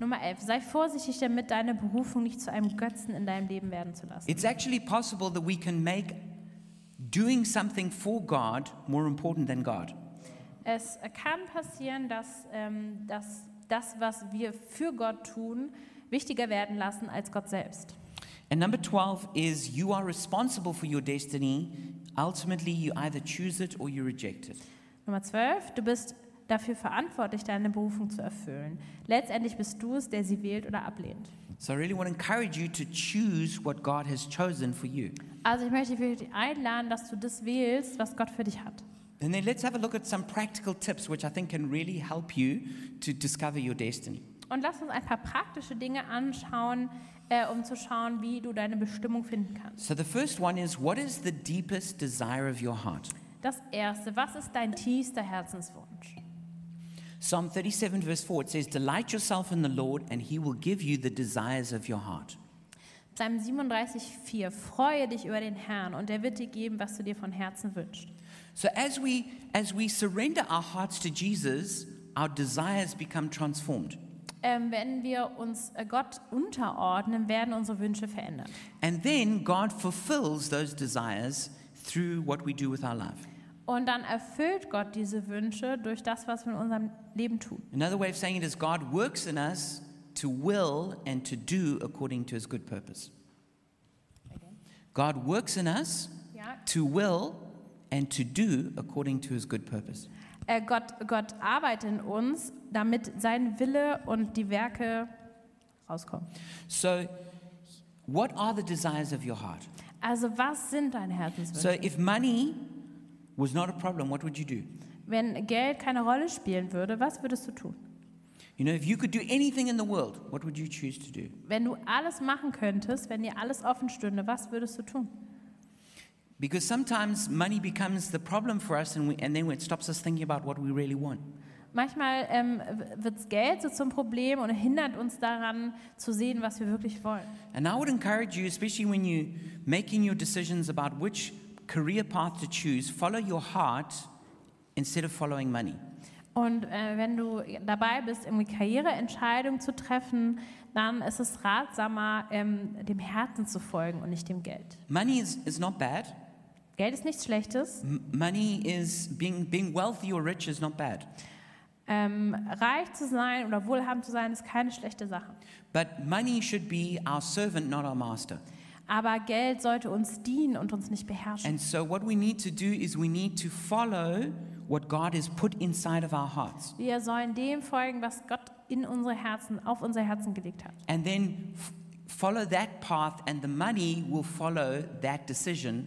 S2: Nummer 11. Sei vorsichtig damit, deine Berufung nicht zu einem Götzen in deinem Leben werden zu lassen.
S1: It's actually possible that we can make doing something for God more important than God.
S2: Es kann passieren, dass, ähm, dass das, was wir für Gott tun, wichtiger werden lassen als Gott selbst.
S1: And number 12 is you are responsible for your destiny. Ultimately, you either choose it or you reject it.
S2: Nummer 12. Du bist dafür verantwortlich, deine Berufung zu erfüllen. Letztendlich bist du es, der sie wählt oder ablehnt.
S1: So I really want to encourage you to choose what God has chosen for you.
S2: Also ich möchte dich wirklich einladen, dass du das wählst, was Gott für dich hat.
S1: And then let's have a look at some practical tips which I think can really help you to discover your destiny.
S2: Und lass uns ein paar praktische Dinge anschauen, äh, um zu schauen, wie du deine Bestimmung finden kannst.
S1: So the first one is what is the deepest desire of your heart?
S2: Das erste, was ist dein tiefster Herzenswunsch?
S1: Psalm 37, verse 4, it says, Delight yourself in the Lord, and he will give you the desires of your heart.
S2: Psalm 37,4. Freue dich über den Herrn und er wird dir geben, was du dir von Herzen wünschst.
S1: So as we as we surrender our hearts to Jesus, our desires become transformed.
S2: Ähm, wenn wir uns äh, Gott unterordnen, werden unsere Wünsche verändert.
S1: And then God fulfills those desires through what we do with our life.
S2: Und dann erfüllt Gott diese Wünsche durch das, was wir in unserem Leben tun.
S1: Another way of saying it is God works in us to will and to do according to his good purpose. God works in us
S2: Ja?
S1: to will and to do according to his good purpose.
S2: Äh, Gott, Gott arbeitet in uns, damit sein Wille und die Werke rauskommen.
S1: So what are the desires of your heart?
S2: Also was sind deine Herzenswünsche?
S1: So if money was not a problem, what would you do?
S2: Wenn Geld keine Rolle spielen würde, was würdest du tun?
S1: You know, if you could do anything in the world, what would you choose to do?
S2: Wenn du alles machen könntest, wenn dir alles offen stünde, was würdest du tun?
S1: Because sometimes money becomes the problem for us, and, we, and then it stops us thinking about what we really want.
S2: Manchmal ähm, wird Geld so zum Problem und hindert uns daran, zu sehen, was wir wirklich wollen.
S1: And I would encourage you, especially when you're making your decisions about which career path to choose, follow your heart instead of following money.
S2: Und äh, wenn du dabei bist, irgendwie Karriereentscheidungen zu treffen, dann ist es ratsamer, ähm, dem Herzen zu folgen und nicht dem Geld.
S1: Money is, is not bad.
S2: Geld ist nichts Schlechtes.
S1: M- money is being, being wealthy or rich is not bad.
S2: Ähm, reich zu sein oder wohlhabend zu sein, ist keine schlechte Sache.
S1: But money should be our servant, not our master.
S2: Aber Geld sollte uns dienen und uns nicht beherrschen.
S1: And so, what we need to do is we need to follow what God has put inside of our hearts.
S2: Wir sollen dem folgen, was Gott in unsere Herzen, auf unser Herzen gelegt hat.
S1: And then f- follow that path, and the money will follow that decision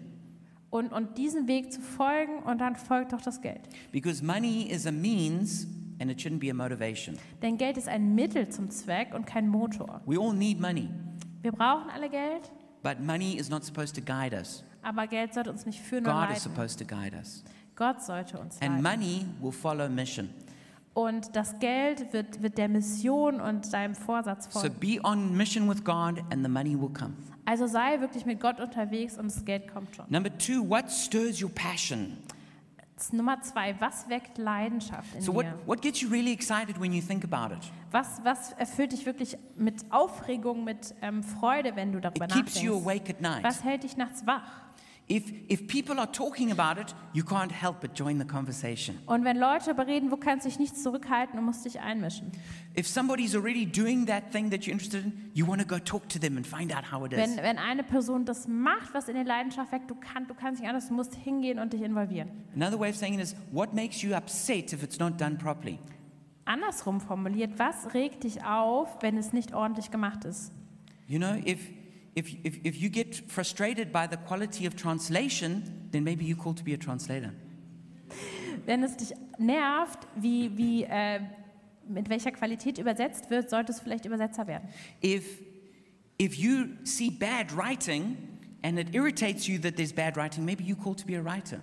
S2: Und, und diesen Weg zu folgen und dann folgt auch das Geld.
S1: because money is a means and it shouldn't be a motivation.
S2: Denn Geld ist ein Mittel zum Zweck und kein Motor.
S1: We all need money,
S2: Wir brauchen alle Geld,
S1: but money is not supposed to guide us.
S2: aber Geld sollte uns nicht führen oder
S1: God is
S2: leiten.
S1: supposed to guide us.
S2: Gott sollte uns
S1: And
S2: leiten.
S1: money will follow mission.
S2: Und das Geld wird, wird der Mission und seinem Vorsatz
S1: So
S2: folgen.
S1: be on mission with God, and the money will come.
S2: Also sei wirklich mit Gott unterwegs und das Geld kommt schon.
S1: Number two, what stirs your passion?
S2: Jetzt Nummer zwei, was weckt Leidenschaft in
S1: So, what,
S2: dir?
S1: what gets you really excited when you think about it?
S2: Was, was erfüllt dich wirklich mit Aufregung, mit ähm, Freude, wenn du darüber
S1: It keeps you
S2: nachdenkst?
S1: awake at night.
S2: Was hält dich nachts wach?
S1: If, if people are talking about it, you can't help but join the conversation.
S2: Und wenn Leute darüber reden, wo kannst du dich nicht zurückhalten und musst dich einmischen?
S1: If somebody's already doing that thing that you're interested in, you want to go talk to them and find out how it
S2: Wenn,
S1: is.
S2: wenn eine Person das macht, was in der Leidenschaft weckt, du, kann, du kannst nicht anders, du musst hingehen und dich involvieren.
S1: Another way of saying it is what makes you upset if it's not done properly?
S2: Andersrum formuliert, was regt dich auf, wenn es nicht ordentlich gemacht ist?
S1: You know, if, if, if, if you get frustrated by the quality of translation, then maybe you're called to be a translator.
S2: Wenn es dich nervt, wie, wie, äh, mit welcher Qualität übersetzt wird, solltest du vielleicht Übersetzer werden.
S1: If, if you see bad writing and it irritates you that there's bad writing, maybe you're called to be a writer.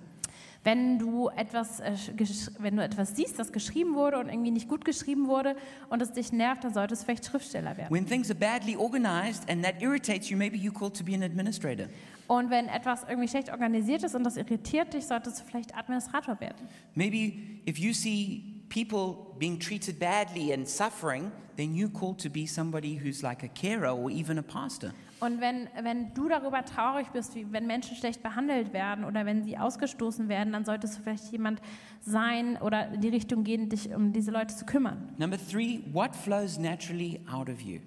S2: Wenn du, etwas, äh, gesch- wenn du etwas siehst, das geschrieben wurde und irgendwie nicht gut geschrieben wurde und es dich nervt, dann solltest du vielleicht Schriftsteller werden.
S1: When things are badly organized and that irritates you, maybe you're called to be an administrator.
S2: Und wenn etwas irgendwie schlecht organisiert ist und das irritiert dich, solltest du vielleicht Administrator werden.
S1: Maybe if you see people being treated badly and suffering, then you're called to be somebody who's like a carer or even a pastor.
S2: Und wenn, wenn du darüber traurig bist, wie wenn Menschen schlecht behandelt werden oder wenn sie ausgestoßen werden, dann solltest du vielleicht jemand sein oder in die Richtung gehen, dich um diese Leute zu kümmern.
S1: Number three, what flows naturally out of you?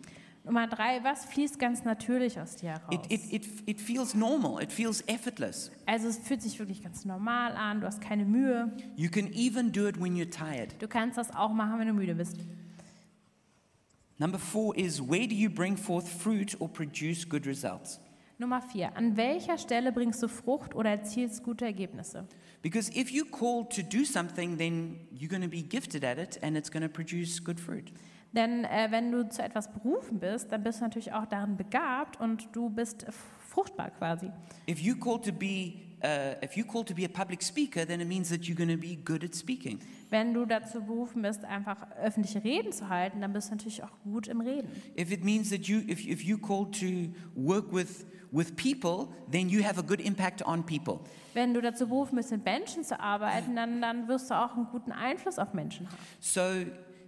S2: Nummer drei, was fließt ganz natürlich aus dir
S1: It,
S2: heraus?
S1: it, it, it feels normal, it feels effortless.
S2: also es fühlt sich wirklich ganz normal an, du hast keine Mühe.
S1: You can even do it when you're tired.
S2: Du kannst das auch machen, wenn du müde bist.
S1: Number four is where do you bring forth fruit or produce good results?
S2: Nummer vier, an welcher Stelle bringst du Frucht oder erzielst gute Ergebnisse?
S1: Because if you're called to do something, then you're going to be gifted at it and it's going to produce good fruit.
S2: Denn äh, wenn du zu etwas berufen bist, dann bist du natürlich auch darin begabt und du bist fruchtbar quasi.
S1: If you're called to be, uh, if you're called to be a public speaker, then it means that you're going to be good at speaking.
S2: Wenn du dazu berufen bist, einfach öffentliche Reden zu halten, dann bist du natürlich auch gut im Reden.
S1: If it means that you, if, if you're called to work with, with people, then you have a good impact on people.
S2: Wenn du dazu berufen bist, mit Menschen zu arbeiten, dann, dann wirst du auch einen guten Einfluss auf Menschen haben.
S1: So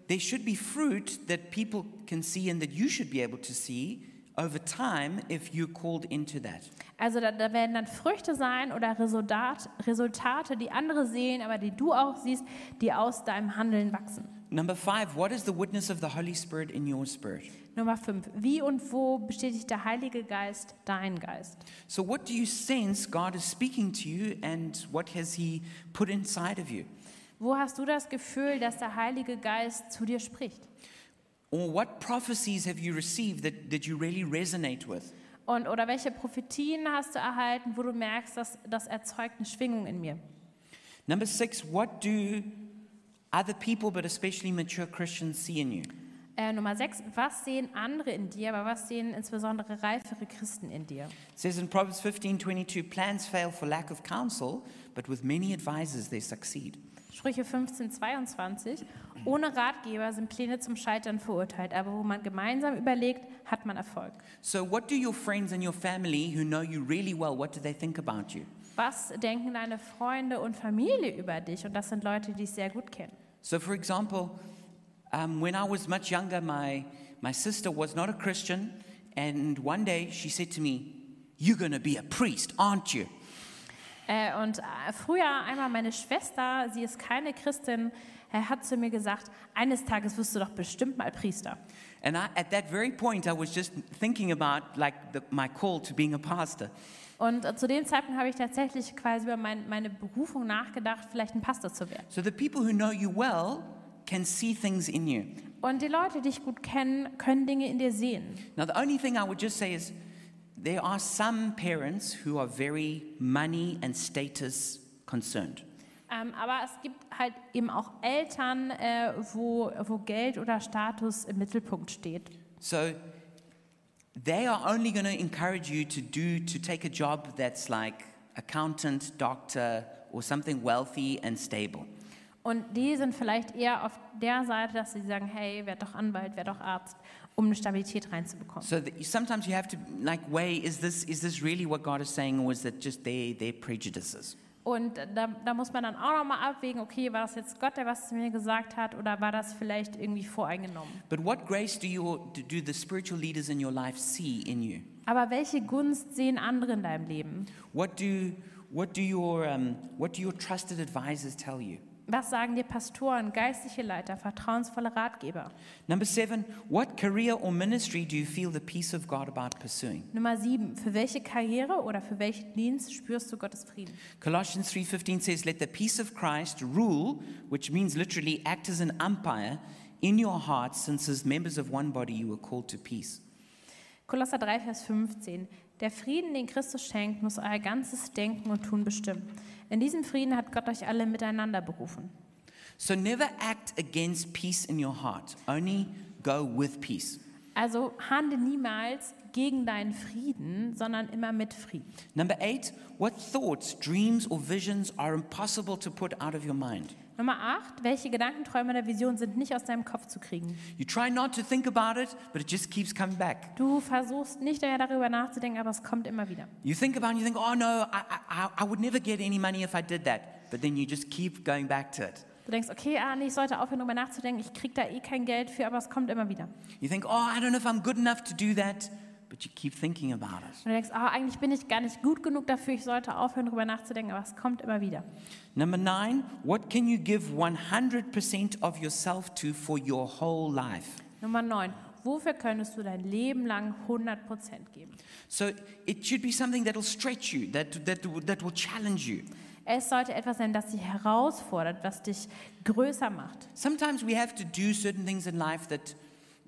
S1: there should be fruit that people can see and that you should be able to see over time if you're called into that.
S2: Also da, da werden dann Früchte sein oder Resultat, Resultate, die andere sehen, aber die du auch siehst, die aus deinem Handeln wachsen.
S1: Number five, what is the witness of the Holy Spirit in your spirit?
S2: Nummer 5. Wie und wo bestätigt der Heilige Geist deinen Geist?
S1: So, what do you sense God is speaking to you and what has He put inside of you?
S2: Wo hast du das Gefühl, dass der Heilige Geist zu dir spricht?
S1: Or what prophecies have you received that, that you really resonate with?
S2: Und, oder welche Prophetien hast du erhalten, wo du merkst, dass das erzeugt eine Schwingung in mir?
S1: Number six, what do other people, but especially mature Christians, see in you?
S2: Äh, Nummer 6, was sehen andere in dir, aber was sehen insbesondere reifere Christen in dir?
S1: It says in Proverbs 15 22, plans fail for lack of counsel, but with many advisors they succeed.
S2: Sprüche 15, 22. Ohne Ratgeber sind Pläne zum Scheitern verurteilt, aber wo man gemeinsam überlegt, hat man Erfolg.
S1: So, what do your friends and your family who know you really well, what do they think about you?
S2: Was denken deine Freunde und Familie über dich? Und das sind Leute, die dich sehr gut kennen.
S1: So, for example, um, when I was much younger, my, my sister was not a Christian, and one day she said to me, You're going to be a priest, aren't you?
S2: Äh, und äh, früher einmal meine Schwester, sie ist keine Christin, äh, hat zu mir gesagt, eines Tages wirst du doch bestimmt mal Priester.
S1: And I, at that very point, I was just thinking about like the, my call to being a pastor.
S2: Und äh, zu dem Zeitpunkt habe ich tatsächlich quasi über mein, meine Berufung nachgedacht, vielleicht ein Pastor zu werden.
S1: So the people who know you well can see things in you.
S2: Und die Leute, die dich gut kennen, können Dinge in dir sehen.
S1: Now, the only thing I would just say is there are some parents who are very money and status concerned.
S2: Ähm, aber es gibt halt eben auch Eltern, äh, wo, wo Geld oder Status im Mittelpunkt steht.
S1: So they are only going to encourage you to do to take a job that's like accountant, doctor, or something wealthy and stable.
S2: Und die sind vielleicht eher auf der Seite, dass sie sagen, hey, werd doch Anwalt, werd doch Arzt, um eine Stabilität reinzubekommen.
S1: So that you, sometimes you have to like weigh: is this is this really what God is saying, or is that just their their prejudices?
S2: Und da, da muss man dann auch nochmal abwägen, okay, war das jetzt Gott, der was zu mir gesagt hat, oder war das vielleicht irgendwie voreingenommen?
S1: But what grace do you do- do the spiritual leaders in your life see in you?
S2: Aber welche Gunst sehen andere in deinem Leben?
S1: What do what do your um, what do your trusted advisors tell you?
S2: Was sagen dir Pastoren, geistliche Leiter, vertrauensvolle Ratgeber?
S1: Number seven, what career or ministry do you feel the peace of God about pursuing?
S2: Nummer sieben, für welche Karriere oder für welchen Dienst spürst du Gottes Frieden?
S1: Colossians 3:15 says, "Let the peace of Christ rule," which means literally act as an umpire in your hearts, since as members of one body you were called to peace.
S2: Kolosser 3, Vers 15. Der Frieden, den Christus schenkt, muss euer ganzes Denken und Tun bestimmen. In diesem Frieden hat Gott euch alle miteinander berufen.
S1: So never act against peace in your heart. Only go with peace.
S2: Also handle niemals gegen deinen Frieden, sondern immer mit Frieden.
S1: Number 8, what thoughts, dreams or visions are impossible to put out of your mind?
S2: Nummer 8. Welche Gedanken, Träume oder Visionen sind nicht aus deinem Kopf zu kriegen?
S1: You try not to think about it, but it just keeps coming back.
S2: Du versuchst nicht mehr darüber nachzudenken, aber es kommt immer wieder.
S1: You think about it and you think, oh no, I, I- I, I would never get any money if I did that. But then you just keep going back to it.
S2: Du denkst, okay, ah, nee, ich sollte aufhören, darüber nachzudenken, ich krieg da eh kein Geld für, aber es kommt immer wieder.
S1: You think, oh, I don't know if I'm good enough to do that. But you keep thinking about it.
S2: Und du denkst, ah, eigentlich bin ich gar nicht gut genug dafür, ich sollte aufhören, darüber nachzudenken, aber es kommt immer wieder.
S1: Number nine, what can you give 100% of yourself to for your whole life?
S2: Nummer 9. Wofür könntest du dein Leben lang 100% geben?
S1: So it should be something that'll stretch you, that, that, that will challenge you.
S2: Es sollte etwas sein, das dich herausfordert, was dich größer macht.
S1: Sometimes we have to do certain things in life that,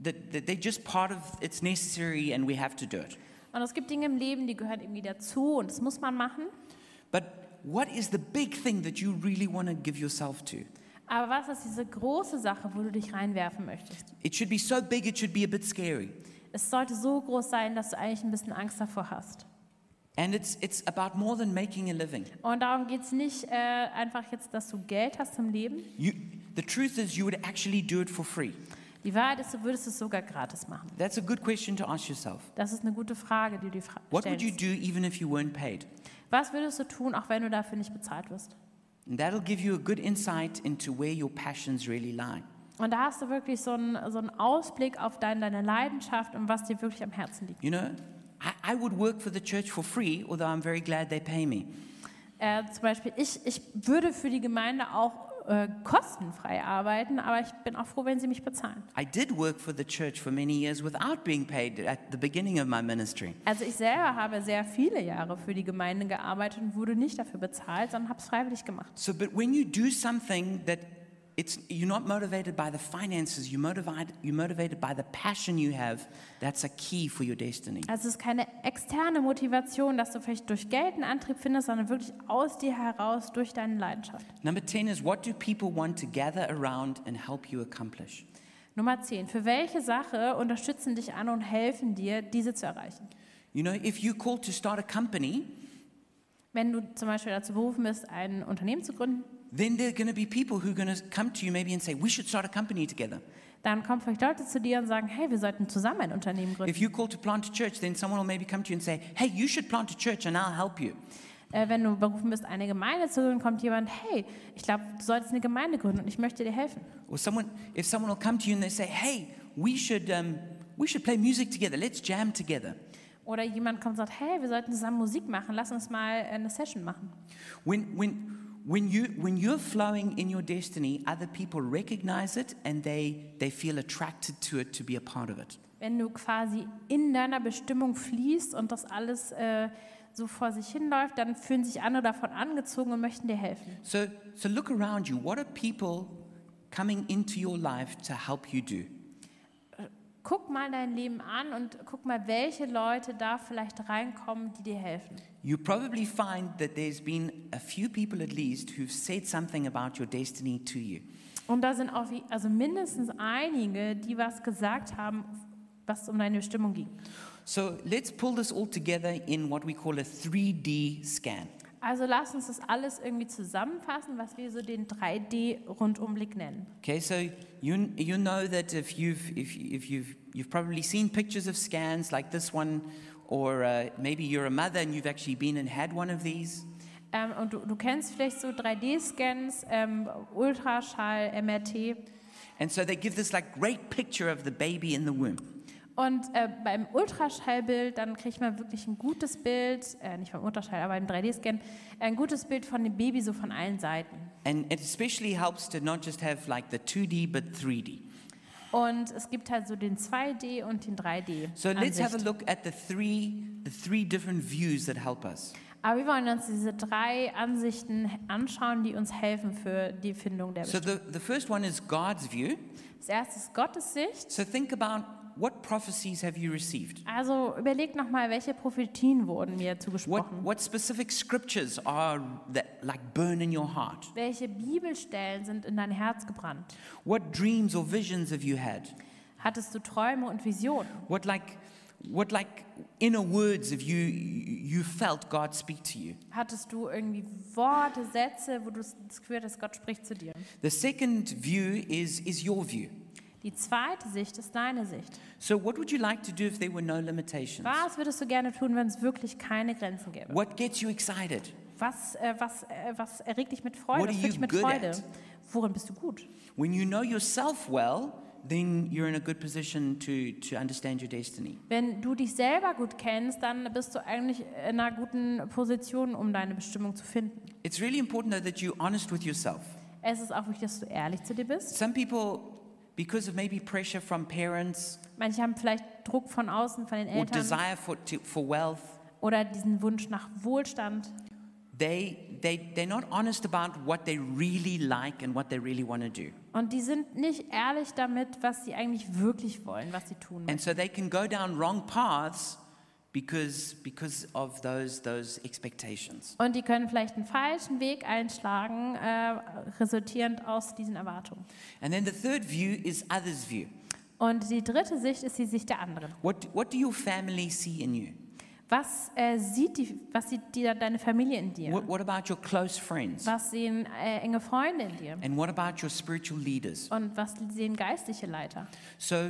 S1: that, that they're just part of, it's necessary and we have to do it.
S2: Und es gibt Dinge im Leben, die gehören irgendwie dazu und das muss man machen.
S1: But what is the big thing that you really want to give yourself to?
S2: Aber was ist diese große Sache, wo du dich reinwerfen möchtest?
S1: It should be so big, it should be a bit scary.
S2: Es sollte so groß sein, dass du eigentlich ein bisschen Angst davor hast.
S1: And it's, it's about more than making a living.
S2: Und darum geht es nicht äh, einfach jetzt, dass du Geld hast zum Leben.
S1: You, the truth is, you would actually do it for free.
S2: Die Wahrheit ist, du würdest es sogar gratis machen.
S1: That's a good question to ask yourself.
S2: Das ist eine gute Frage, die du dir fra-
S1: What would you
S2: stellst.
S1: do even if you weren't paid?
S2: Was würdest du tun, auch wenn du dafür nicht bezahlt wirst?
S1: And that'll give you a good insight into where your passions really lie.
S2: Und da hast du wirklich so einen, so einen Ausblick auf dein, deine Leidenschaft und was dir wirklich am Herzen liegt.
S1: You know, I, I would work for the church for free, although I'm very glad they pay me.
S2: Äh, zum Beispiel, ich, ich würde für die Gemeinde auch äh, kostenfrei arbeiten, aber ich bin auch froh, wenn sie mich bezahlen.
S1: I did work for the church for many years without being paid at the beginning of my ministry.
S2: Also ich selber habe sehr viele Jahre für die Gemeinde gearbeitet und wurde nicht dafür bezahlt, sondern habe es freiwillig gemacht.
S1: So, but when you do something that It's, you're not motivated by the finances, you're motivated, you're motivated by the passion you have. That's a key for your destiny.
S2: Also es ist keine externe Motivation, dass du vielleicht durch Geld einen Antrieb findest, sondern wirklich aus dir heraus durch deine Leidenschaft.
S1: Number 10 is what do people want to gather around and help you accomplish?
S2: Nummer 10. Für welche Sache unterstützen dich andere und helfen dir, diese zu erreichen?
S1: You know, if you're called to start a company,
S2: Wenn du zum Beispiel dazu berufen bist, ein Unternehmen zu gründen,
S1: then there are going to be people who are going to come to you maybe and say, We should start a company together.
S2: dann kommen vielleicht Leute zu dir und sagen, hey, wir sollten zusammen ein Unternehmen gründen.
S1: If you're called to plant a church, then someone will maybe come to you and say, Hey, you should plant a church and I'll help you.
S2: Äh, wenn du berufen bist, eine Gemeinde zu gründen, kommt jemand, hey, ich glaube, du solltest eine Gemeinde gründen und ich möchte dir helfen.
S1: Or someone, if someone will come to you and they say, Hey, we should, um, we should play music together, let's jam together.
S2: Oder jemand kommt und sagt, hey, wir sollten zusammen Musik machen, lass uns mal äh, eine Session machen.
S1: When, when, when, you, when you're flowing in your destiny, other people recognize it and they, they feel attracted to it to be a part of it.
S2: Wenn du quasi in deiner Bestimmung fließt und das alles äh, so vor sich hinläuft, dann fühlen sich andere davon angezogen und möchten dir helfen.
S1: So, so look around you. What are people coming into your life to help you do?
S2: Guck mal dein Leben an und guck mal, welche Leute da vielleicht reinkommen, die dir helfen.
S1: You probably find that there's been a few people at least who've said something about your destiny to you.
S2: Und da sind auch wie- also mindestens einige, die was gesagt haben, was um deine Bestimmung ging.
S1: So let's pull this all together in what we call a 3D scan.
S2: Also lass uns das alles irgendwie zusammenfassen, was wir so den 3D-Rundumblick nennen.
S1: Okay, so you, you know that if you've, if, you- if you've, you've probably seen pictures of scans like this one, or uh, maybe you're a mother and you've actually been and had one of these.
S2: Ähm, und du, du kennst vielleicht so 3D-Scans, ähm, Ultraschall, MRT.
S1: And so they give this like great picture of the baby in the womb.
S2: Und äh, beim Ultraschallbild, dann kriegt man wirklich ein gutes Bild, äh, nicht beim Ultraschall, aber im 3D-Scan, ein gutes Bild von dem Baby so von allen Seiten.
S1: And it especially helps to not just have like the 2D but 3D.
S2: Und es gibt halt so den 2D und den 3D.
S1: So let's have a
S2: Ansicht.
S1: look at the three, the three different views that help us.
S2: Aber wir wollen uns diese drei Ansichten anschauen, die uns helfen für die Findung der
S1: So
S2: Bestimmung.
S1: the, the first one is God's view.
S2: Das erste ist Gottes Sicht.
S1: So think about what prophecies have you received?
S2: Also überleg nochmal, welche Prophetien wurden mir
S1: What,
S2: zugesprochen?
S1: what specific scriptures are that like burn in your heart?
S2: Welche Bibelstellen sind in dein Herz gebrannt?
S1: What dreams or visions have you had?
S2: Hattest du Träume und Visionen?
S1: What like what like inner words have you you felt God speak to you?
S2: Hattest du irgendwie Worte, Sätze, wo du das Gefühl hast, Gott spricht zu dir?
S1: The second view is is your view.
S2: Die zweite Sicht ist deine Sicht.
S1: So what would you like to do if there were no limitations?
S2: Was würdest du gerne tun, wenn es wirklich keine Grenzen gäbe?
S1: What gets you excited?
S2: Was, äh, was, äh, was erregt dich mit
S1: What
S2: Freude?
S1: are
S2: Was
S1: you
S2: füllt dich mit
S1: good
S2: Freude?
S1: at?
S2: Worin bist du gut?
S1: When you know yourself well, then you're in a good position to, to understand your destiny.
S2: Wenn du dich selber gut kennst, dann bist du eigentlich in einer guten Position, um deine Bestimmung zu finden.
S1: It's really important, though, that you're honest with yourself.
S2: Es ist auch wichtig, dass du ehrlich zu dir bist.
S1: Some people, because of maybe pressure from parents
S2: Manche haben vielleicht Druck von außen, von den
S1: or
S2: Eltern
S1: desire for, to, for wealth,
S2: oder diesen Wunsch nach Wohlstand.
S1: they, they, they're not honest about what they really like and what they really want to do.
S2: Und die sind nicht ehrlich damit, was sie eigentlich wirklich wollen, was sie tun.
S1: And so they can go down wrong paths because, because of those, those expectations.
S2: Und die können vielleicht einen falschen Weg einschlagen, äh, resultierend aus diesen Erwartungen.
S1: And then the third view is others' view.
S2: Und die dritte Sicht ist die Sicht der anderen.
S1: What, what do your family see in you?
S2: Was äh, sieht, die, was sieht die, deine Familie in dir?
S1: What, what about your close friends?
S2: Was sehen äh, enge Freunde in dir?
S1: And what about your spiritual leaders?
S2: Und was sehen geistliche Leiter?
S1: So,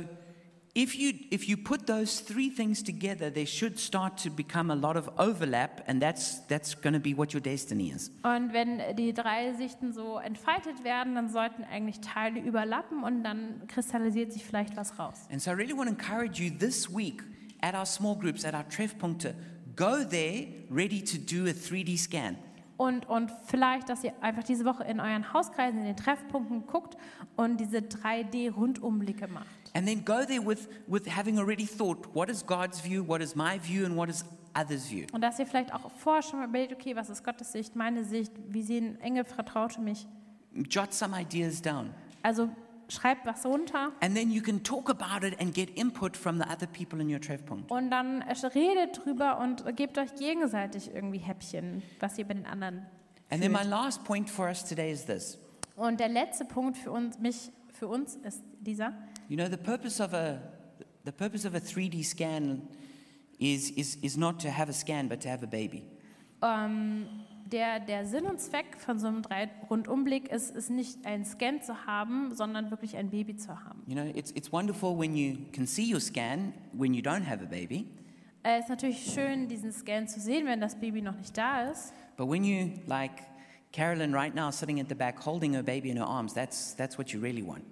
S1: if you if you put those three things together, there should start to become a lot of overlap, and that's that's going to be what your destiny is.
S2: Und wenn die drei Sichten so entfaltet werden, dann sollten eigentlich Teile überlappen und dann kristallisiert sich vielleicht was raus.
S1: And so, I really want to encourage you this week at our small groups at our treffpunkte. Go there ready to do a 3D scan.
S2: Und, und vielleicht, dass ihr einfach diese Woche in euren Hauskreisen, in den Treffpunkten guckt und diese 3D-Rundumblicke macht.
S1: And then go there with, with having already thought what is God's view, what is my view, and what is others' view.
S2: Und dass ihr vielleicht auch vorher schon mal überlegt, okay, was ist Gottes Sicht, meine Sicht, wie sehen Engel, vertraute mich.
S1: jot some ideas down.
S2: Also schreibt was runter
S1: And then you can talk about it and get input from the other people in your Treffpunkt.
S2: und dann äh, redet drüber und gebt euch gegenseitig irgendwie Häppchen, was ihr bei den anderen.
S1: And then my last point for us today is this.
S2: Und der letzte Punkt für uns, mich, für uns ist dieser.
S1: You know, the purpose of a, the purpose of a 3D scan is, is, is not to have a scan, but to have a baby.
S2: Ähm, der, der Sinn und Zweck von so einem Drei Rundumblick ist, ist nicht einen Scan zu haben, sondern wirklich ein Baby zu haben.
S1: You know, it's, it's wonderful when you can see your scan when you don't have a baby,
S2: Es äh, ist natürlich schön, diesen Scan zu sehen, wenn das Baby noch nicht da ist.
S1: but when you, like Carolyn right now, sitting at the back holding her baby in her arms, that's, that's what you really want.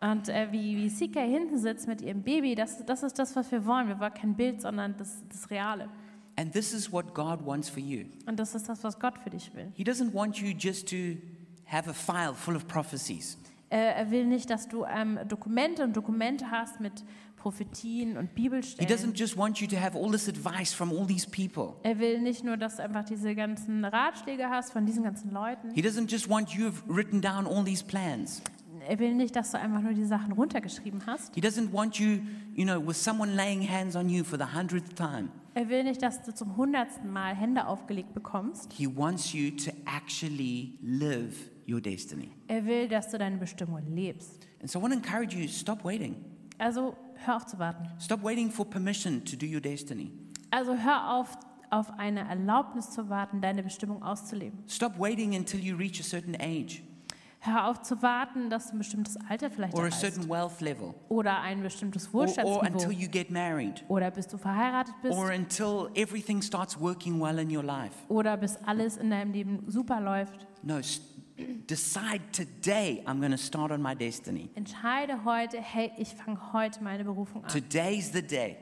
S2: Und äh, wie, wie Sika hinten sitzt mit ihrem Baby, das, das ist das, was wir wollen. Wir wollen kein Bild, sondern das, das Reale.
S1: And this is what God wants for you.
S2: Und das ist das, was Gott für dich will.
S1: He doesn't want you just to have a file full of prophecies.
S2: Äh, er will nicht, dass du ähm, Dokumente und Dokumente hast mit Prophetien und
S1: He doesn't
S2: Bibelstellen.
S1: just want you to have all this advice from all these people.
S2: Er will nicht nur, dass du einfach diese ganzen Ratschläge hast von diesen ganzen Leuten.
S1: He doesn't just want you to have written down all these plans.
S2: Er will nicht, dass du einfach nur die Sachen runtergeschrieben hast.
S1: He doesn't want you, you know, with someone laying hands on you for the hundredth time.
S2: Er will nicht, dass du zum hundertsten Mal Hände aufgelegt bekommst.
S1: He wants you to actually live your destiny.
S2: Er will, dass du deine Bestimmung lebst.
S1: And so I want to encourage you stop waiting.
S2: Also hör auf zu warten.
S1: Stop waiting for permission to do your destiny.
S2: Also hör auf, auf eine Erlaubnis zu warten, deine Bestimmung auszuleben.
S1: Stop waiting until you reach a certain age
S2: Hör auf zu warten, dass du ein bestimmtes Alter vielleicht
S1: or a
S2: erreichst.
S1: certain wealth level
S2: Oder ein bestimmtes
S1: or, or until
S2: Wohlstandsniveau.
S1: you get married.
S2: Oder bis du verheiratet bist.
S1: or until everything starts working well in your life.
S2: Oder bis alles in deinem Leben super läuft.
S1: No, s- decide today I'm going to start on my destiny.
S2: Entscheide heute, hey, ich fange heute meine Berufung an.
S1: Today's the day.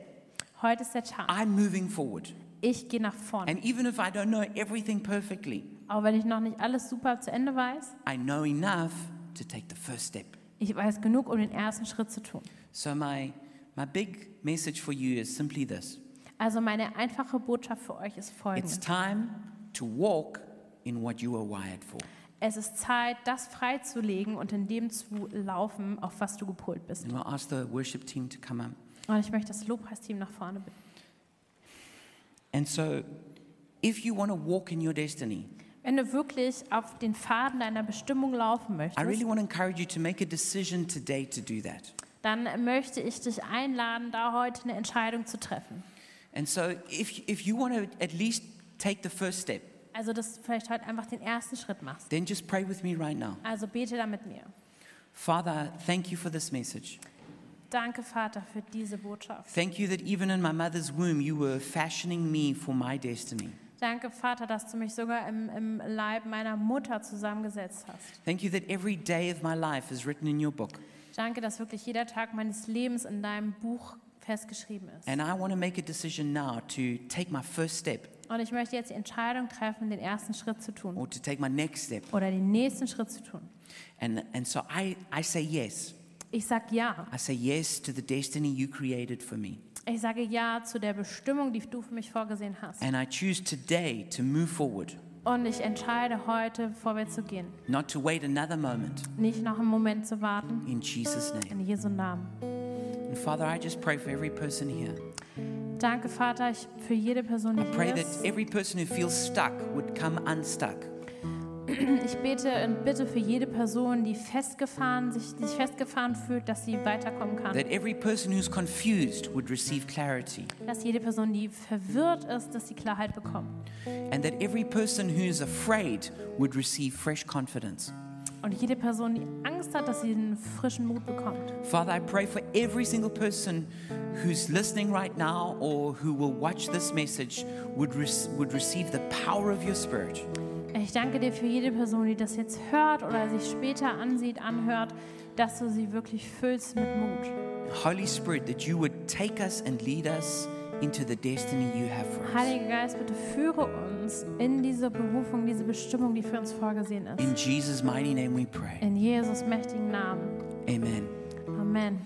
S2: Heute ist der Tag.
S1: I'm moving forward.
S2: Ich gehe nach vorne.
S1: And even if I don't know everything perfectly,
S2: Auch wenn ich noch nicht alles super zu Ende weiß,
S1: I know enough to take the first step.
S2: ich weiß genug, um den ersten Schritt zu tun.
S1: So, my, my big message for you is simply this
S2: Also meine einfache Botschaft für euch
S1: it's
S2: ist folgende.
S1: time to walk in what you were wired for.
S2: Es ist Zeit, das freizulegen und in dem zu laufen, auf was du gepolt bist.
S1: And we'll ask the worship team to come up.
S2: Und ich möchte das Lobpreisteam nach vorne bitten.
S1: And so, if you want to walk in your destiny,
S2: Wenn du wirklich auf den Faden deiner Bestimmung laufen
S1: I
S2: möchtest,
S1: really want to encourage you to make a decision today to do that.
S2: dann möchte ich dich einladen, da heute eine Entscheidung zu treffen.
S1: And so, if, if you want to at least take the first step,
S2: Also, dass du vielleicht heute einfach den ersten Schritt machst.
S1: then just pray with me right now.
S2: Also bete da mit mir.
S1: Father, I thank you for this message.
S2: Danke, Vater, für diese Botschaft.
S1: Thank you that even in my mother's womb, you were fashioning me for my destiny.
S2: Danke, Vater, dass du mich sogar im, im Leib meiner Mutter zusammengesetzt hast.
S1: Thank you that every day of my life is written in your book.
S2: Danke, dass wirklich jeder Tag meines Lebens in deinem Buch festgeschrieben ist.
S1: And I want to make a decision now to take my first step
S2: Und ich möchte jetzt die Entscheidung treffen, den ersten Schritt zu tun
S1: or to take my next step.
S2: oder den nächsten Schritt zu tun.
S1: And, and so I, I say yes.
S2: Ich sage ja.
S1: I say yes to the destiny you created for me.
S2: Ich sage ja zu der Bestimmung, die du für mich vorgesehen hast.
S1: And I choose today to move forward,
S2: Und ich entscheide heute, vorwärts zu gehen.
S1: not to wait another moment.
S2: Nicht noch einen Moment zu warten.
S1: In Jesus' name.
S2: In Jesu Namen.
S1: And Father, I just pray for every person here.
S2: Danke, Vater, ich, für jede Person, die
S1: Pray
S2: hier
S1: that
S2: ist.
S1: every person who feels stuck would come unstuck.
S2: Ich bete und bitte für jede Person, die festgefahren, sich, die sich festgefahren fühlt, dass sie weiterkommen kann.
S1: That every person who's confused would receive clarity.
S2: Dass jede Person, die verwirrt ist, dass sie Klarheit bekommt.
S1: And that every person who's afraid would receive fresh confidence.
S2: Und jede Person, die Angst hat, dass sie einen frischen Mut bekommt.
S1: Father, I pray for every single person who's listening right now or who will watch this message would, re- would receive the power of your spirit.
S2: Ich danke dir für jede Person, die das jetzt hört oder sich später ansieht, anhört, dass du sie wirklich füllst mit Mut.
S1: Holy Spirit, that you would take us and lead us into the destiny you have for us.
S2: Heiliger Geist, bitte führe uns in diese Berufung, diese Bestimmung, die für uns vorgesehen ist.
S1: In Jesus' mighty name we pray.
S2: In Jesus mächtigen Namen.
S1: Amen.
S2: Amen.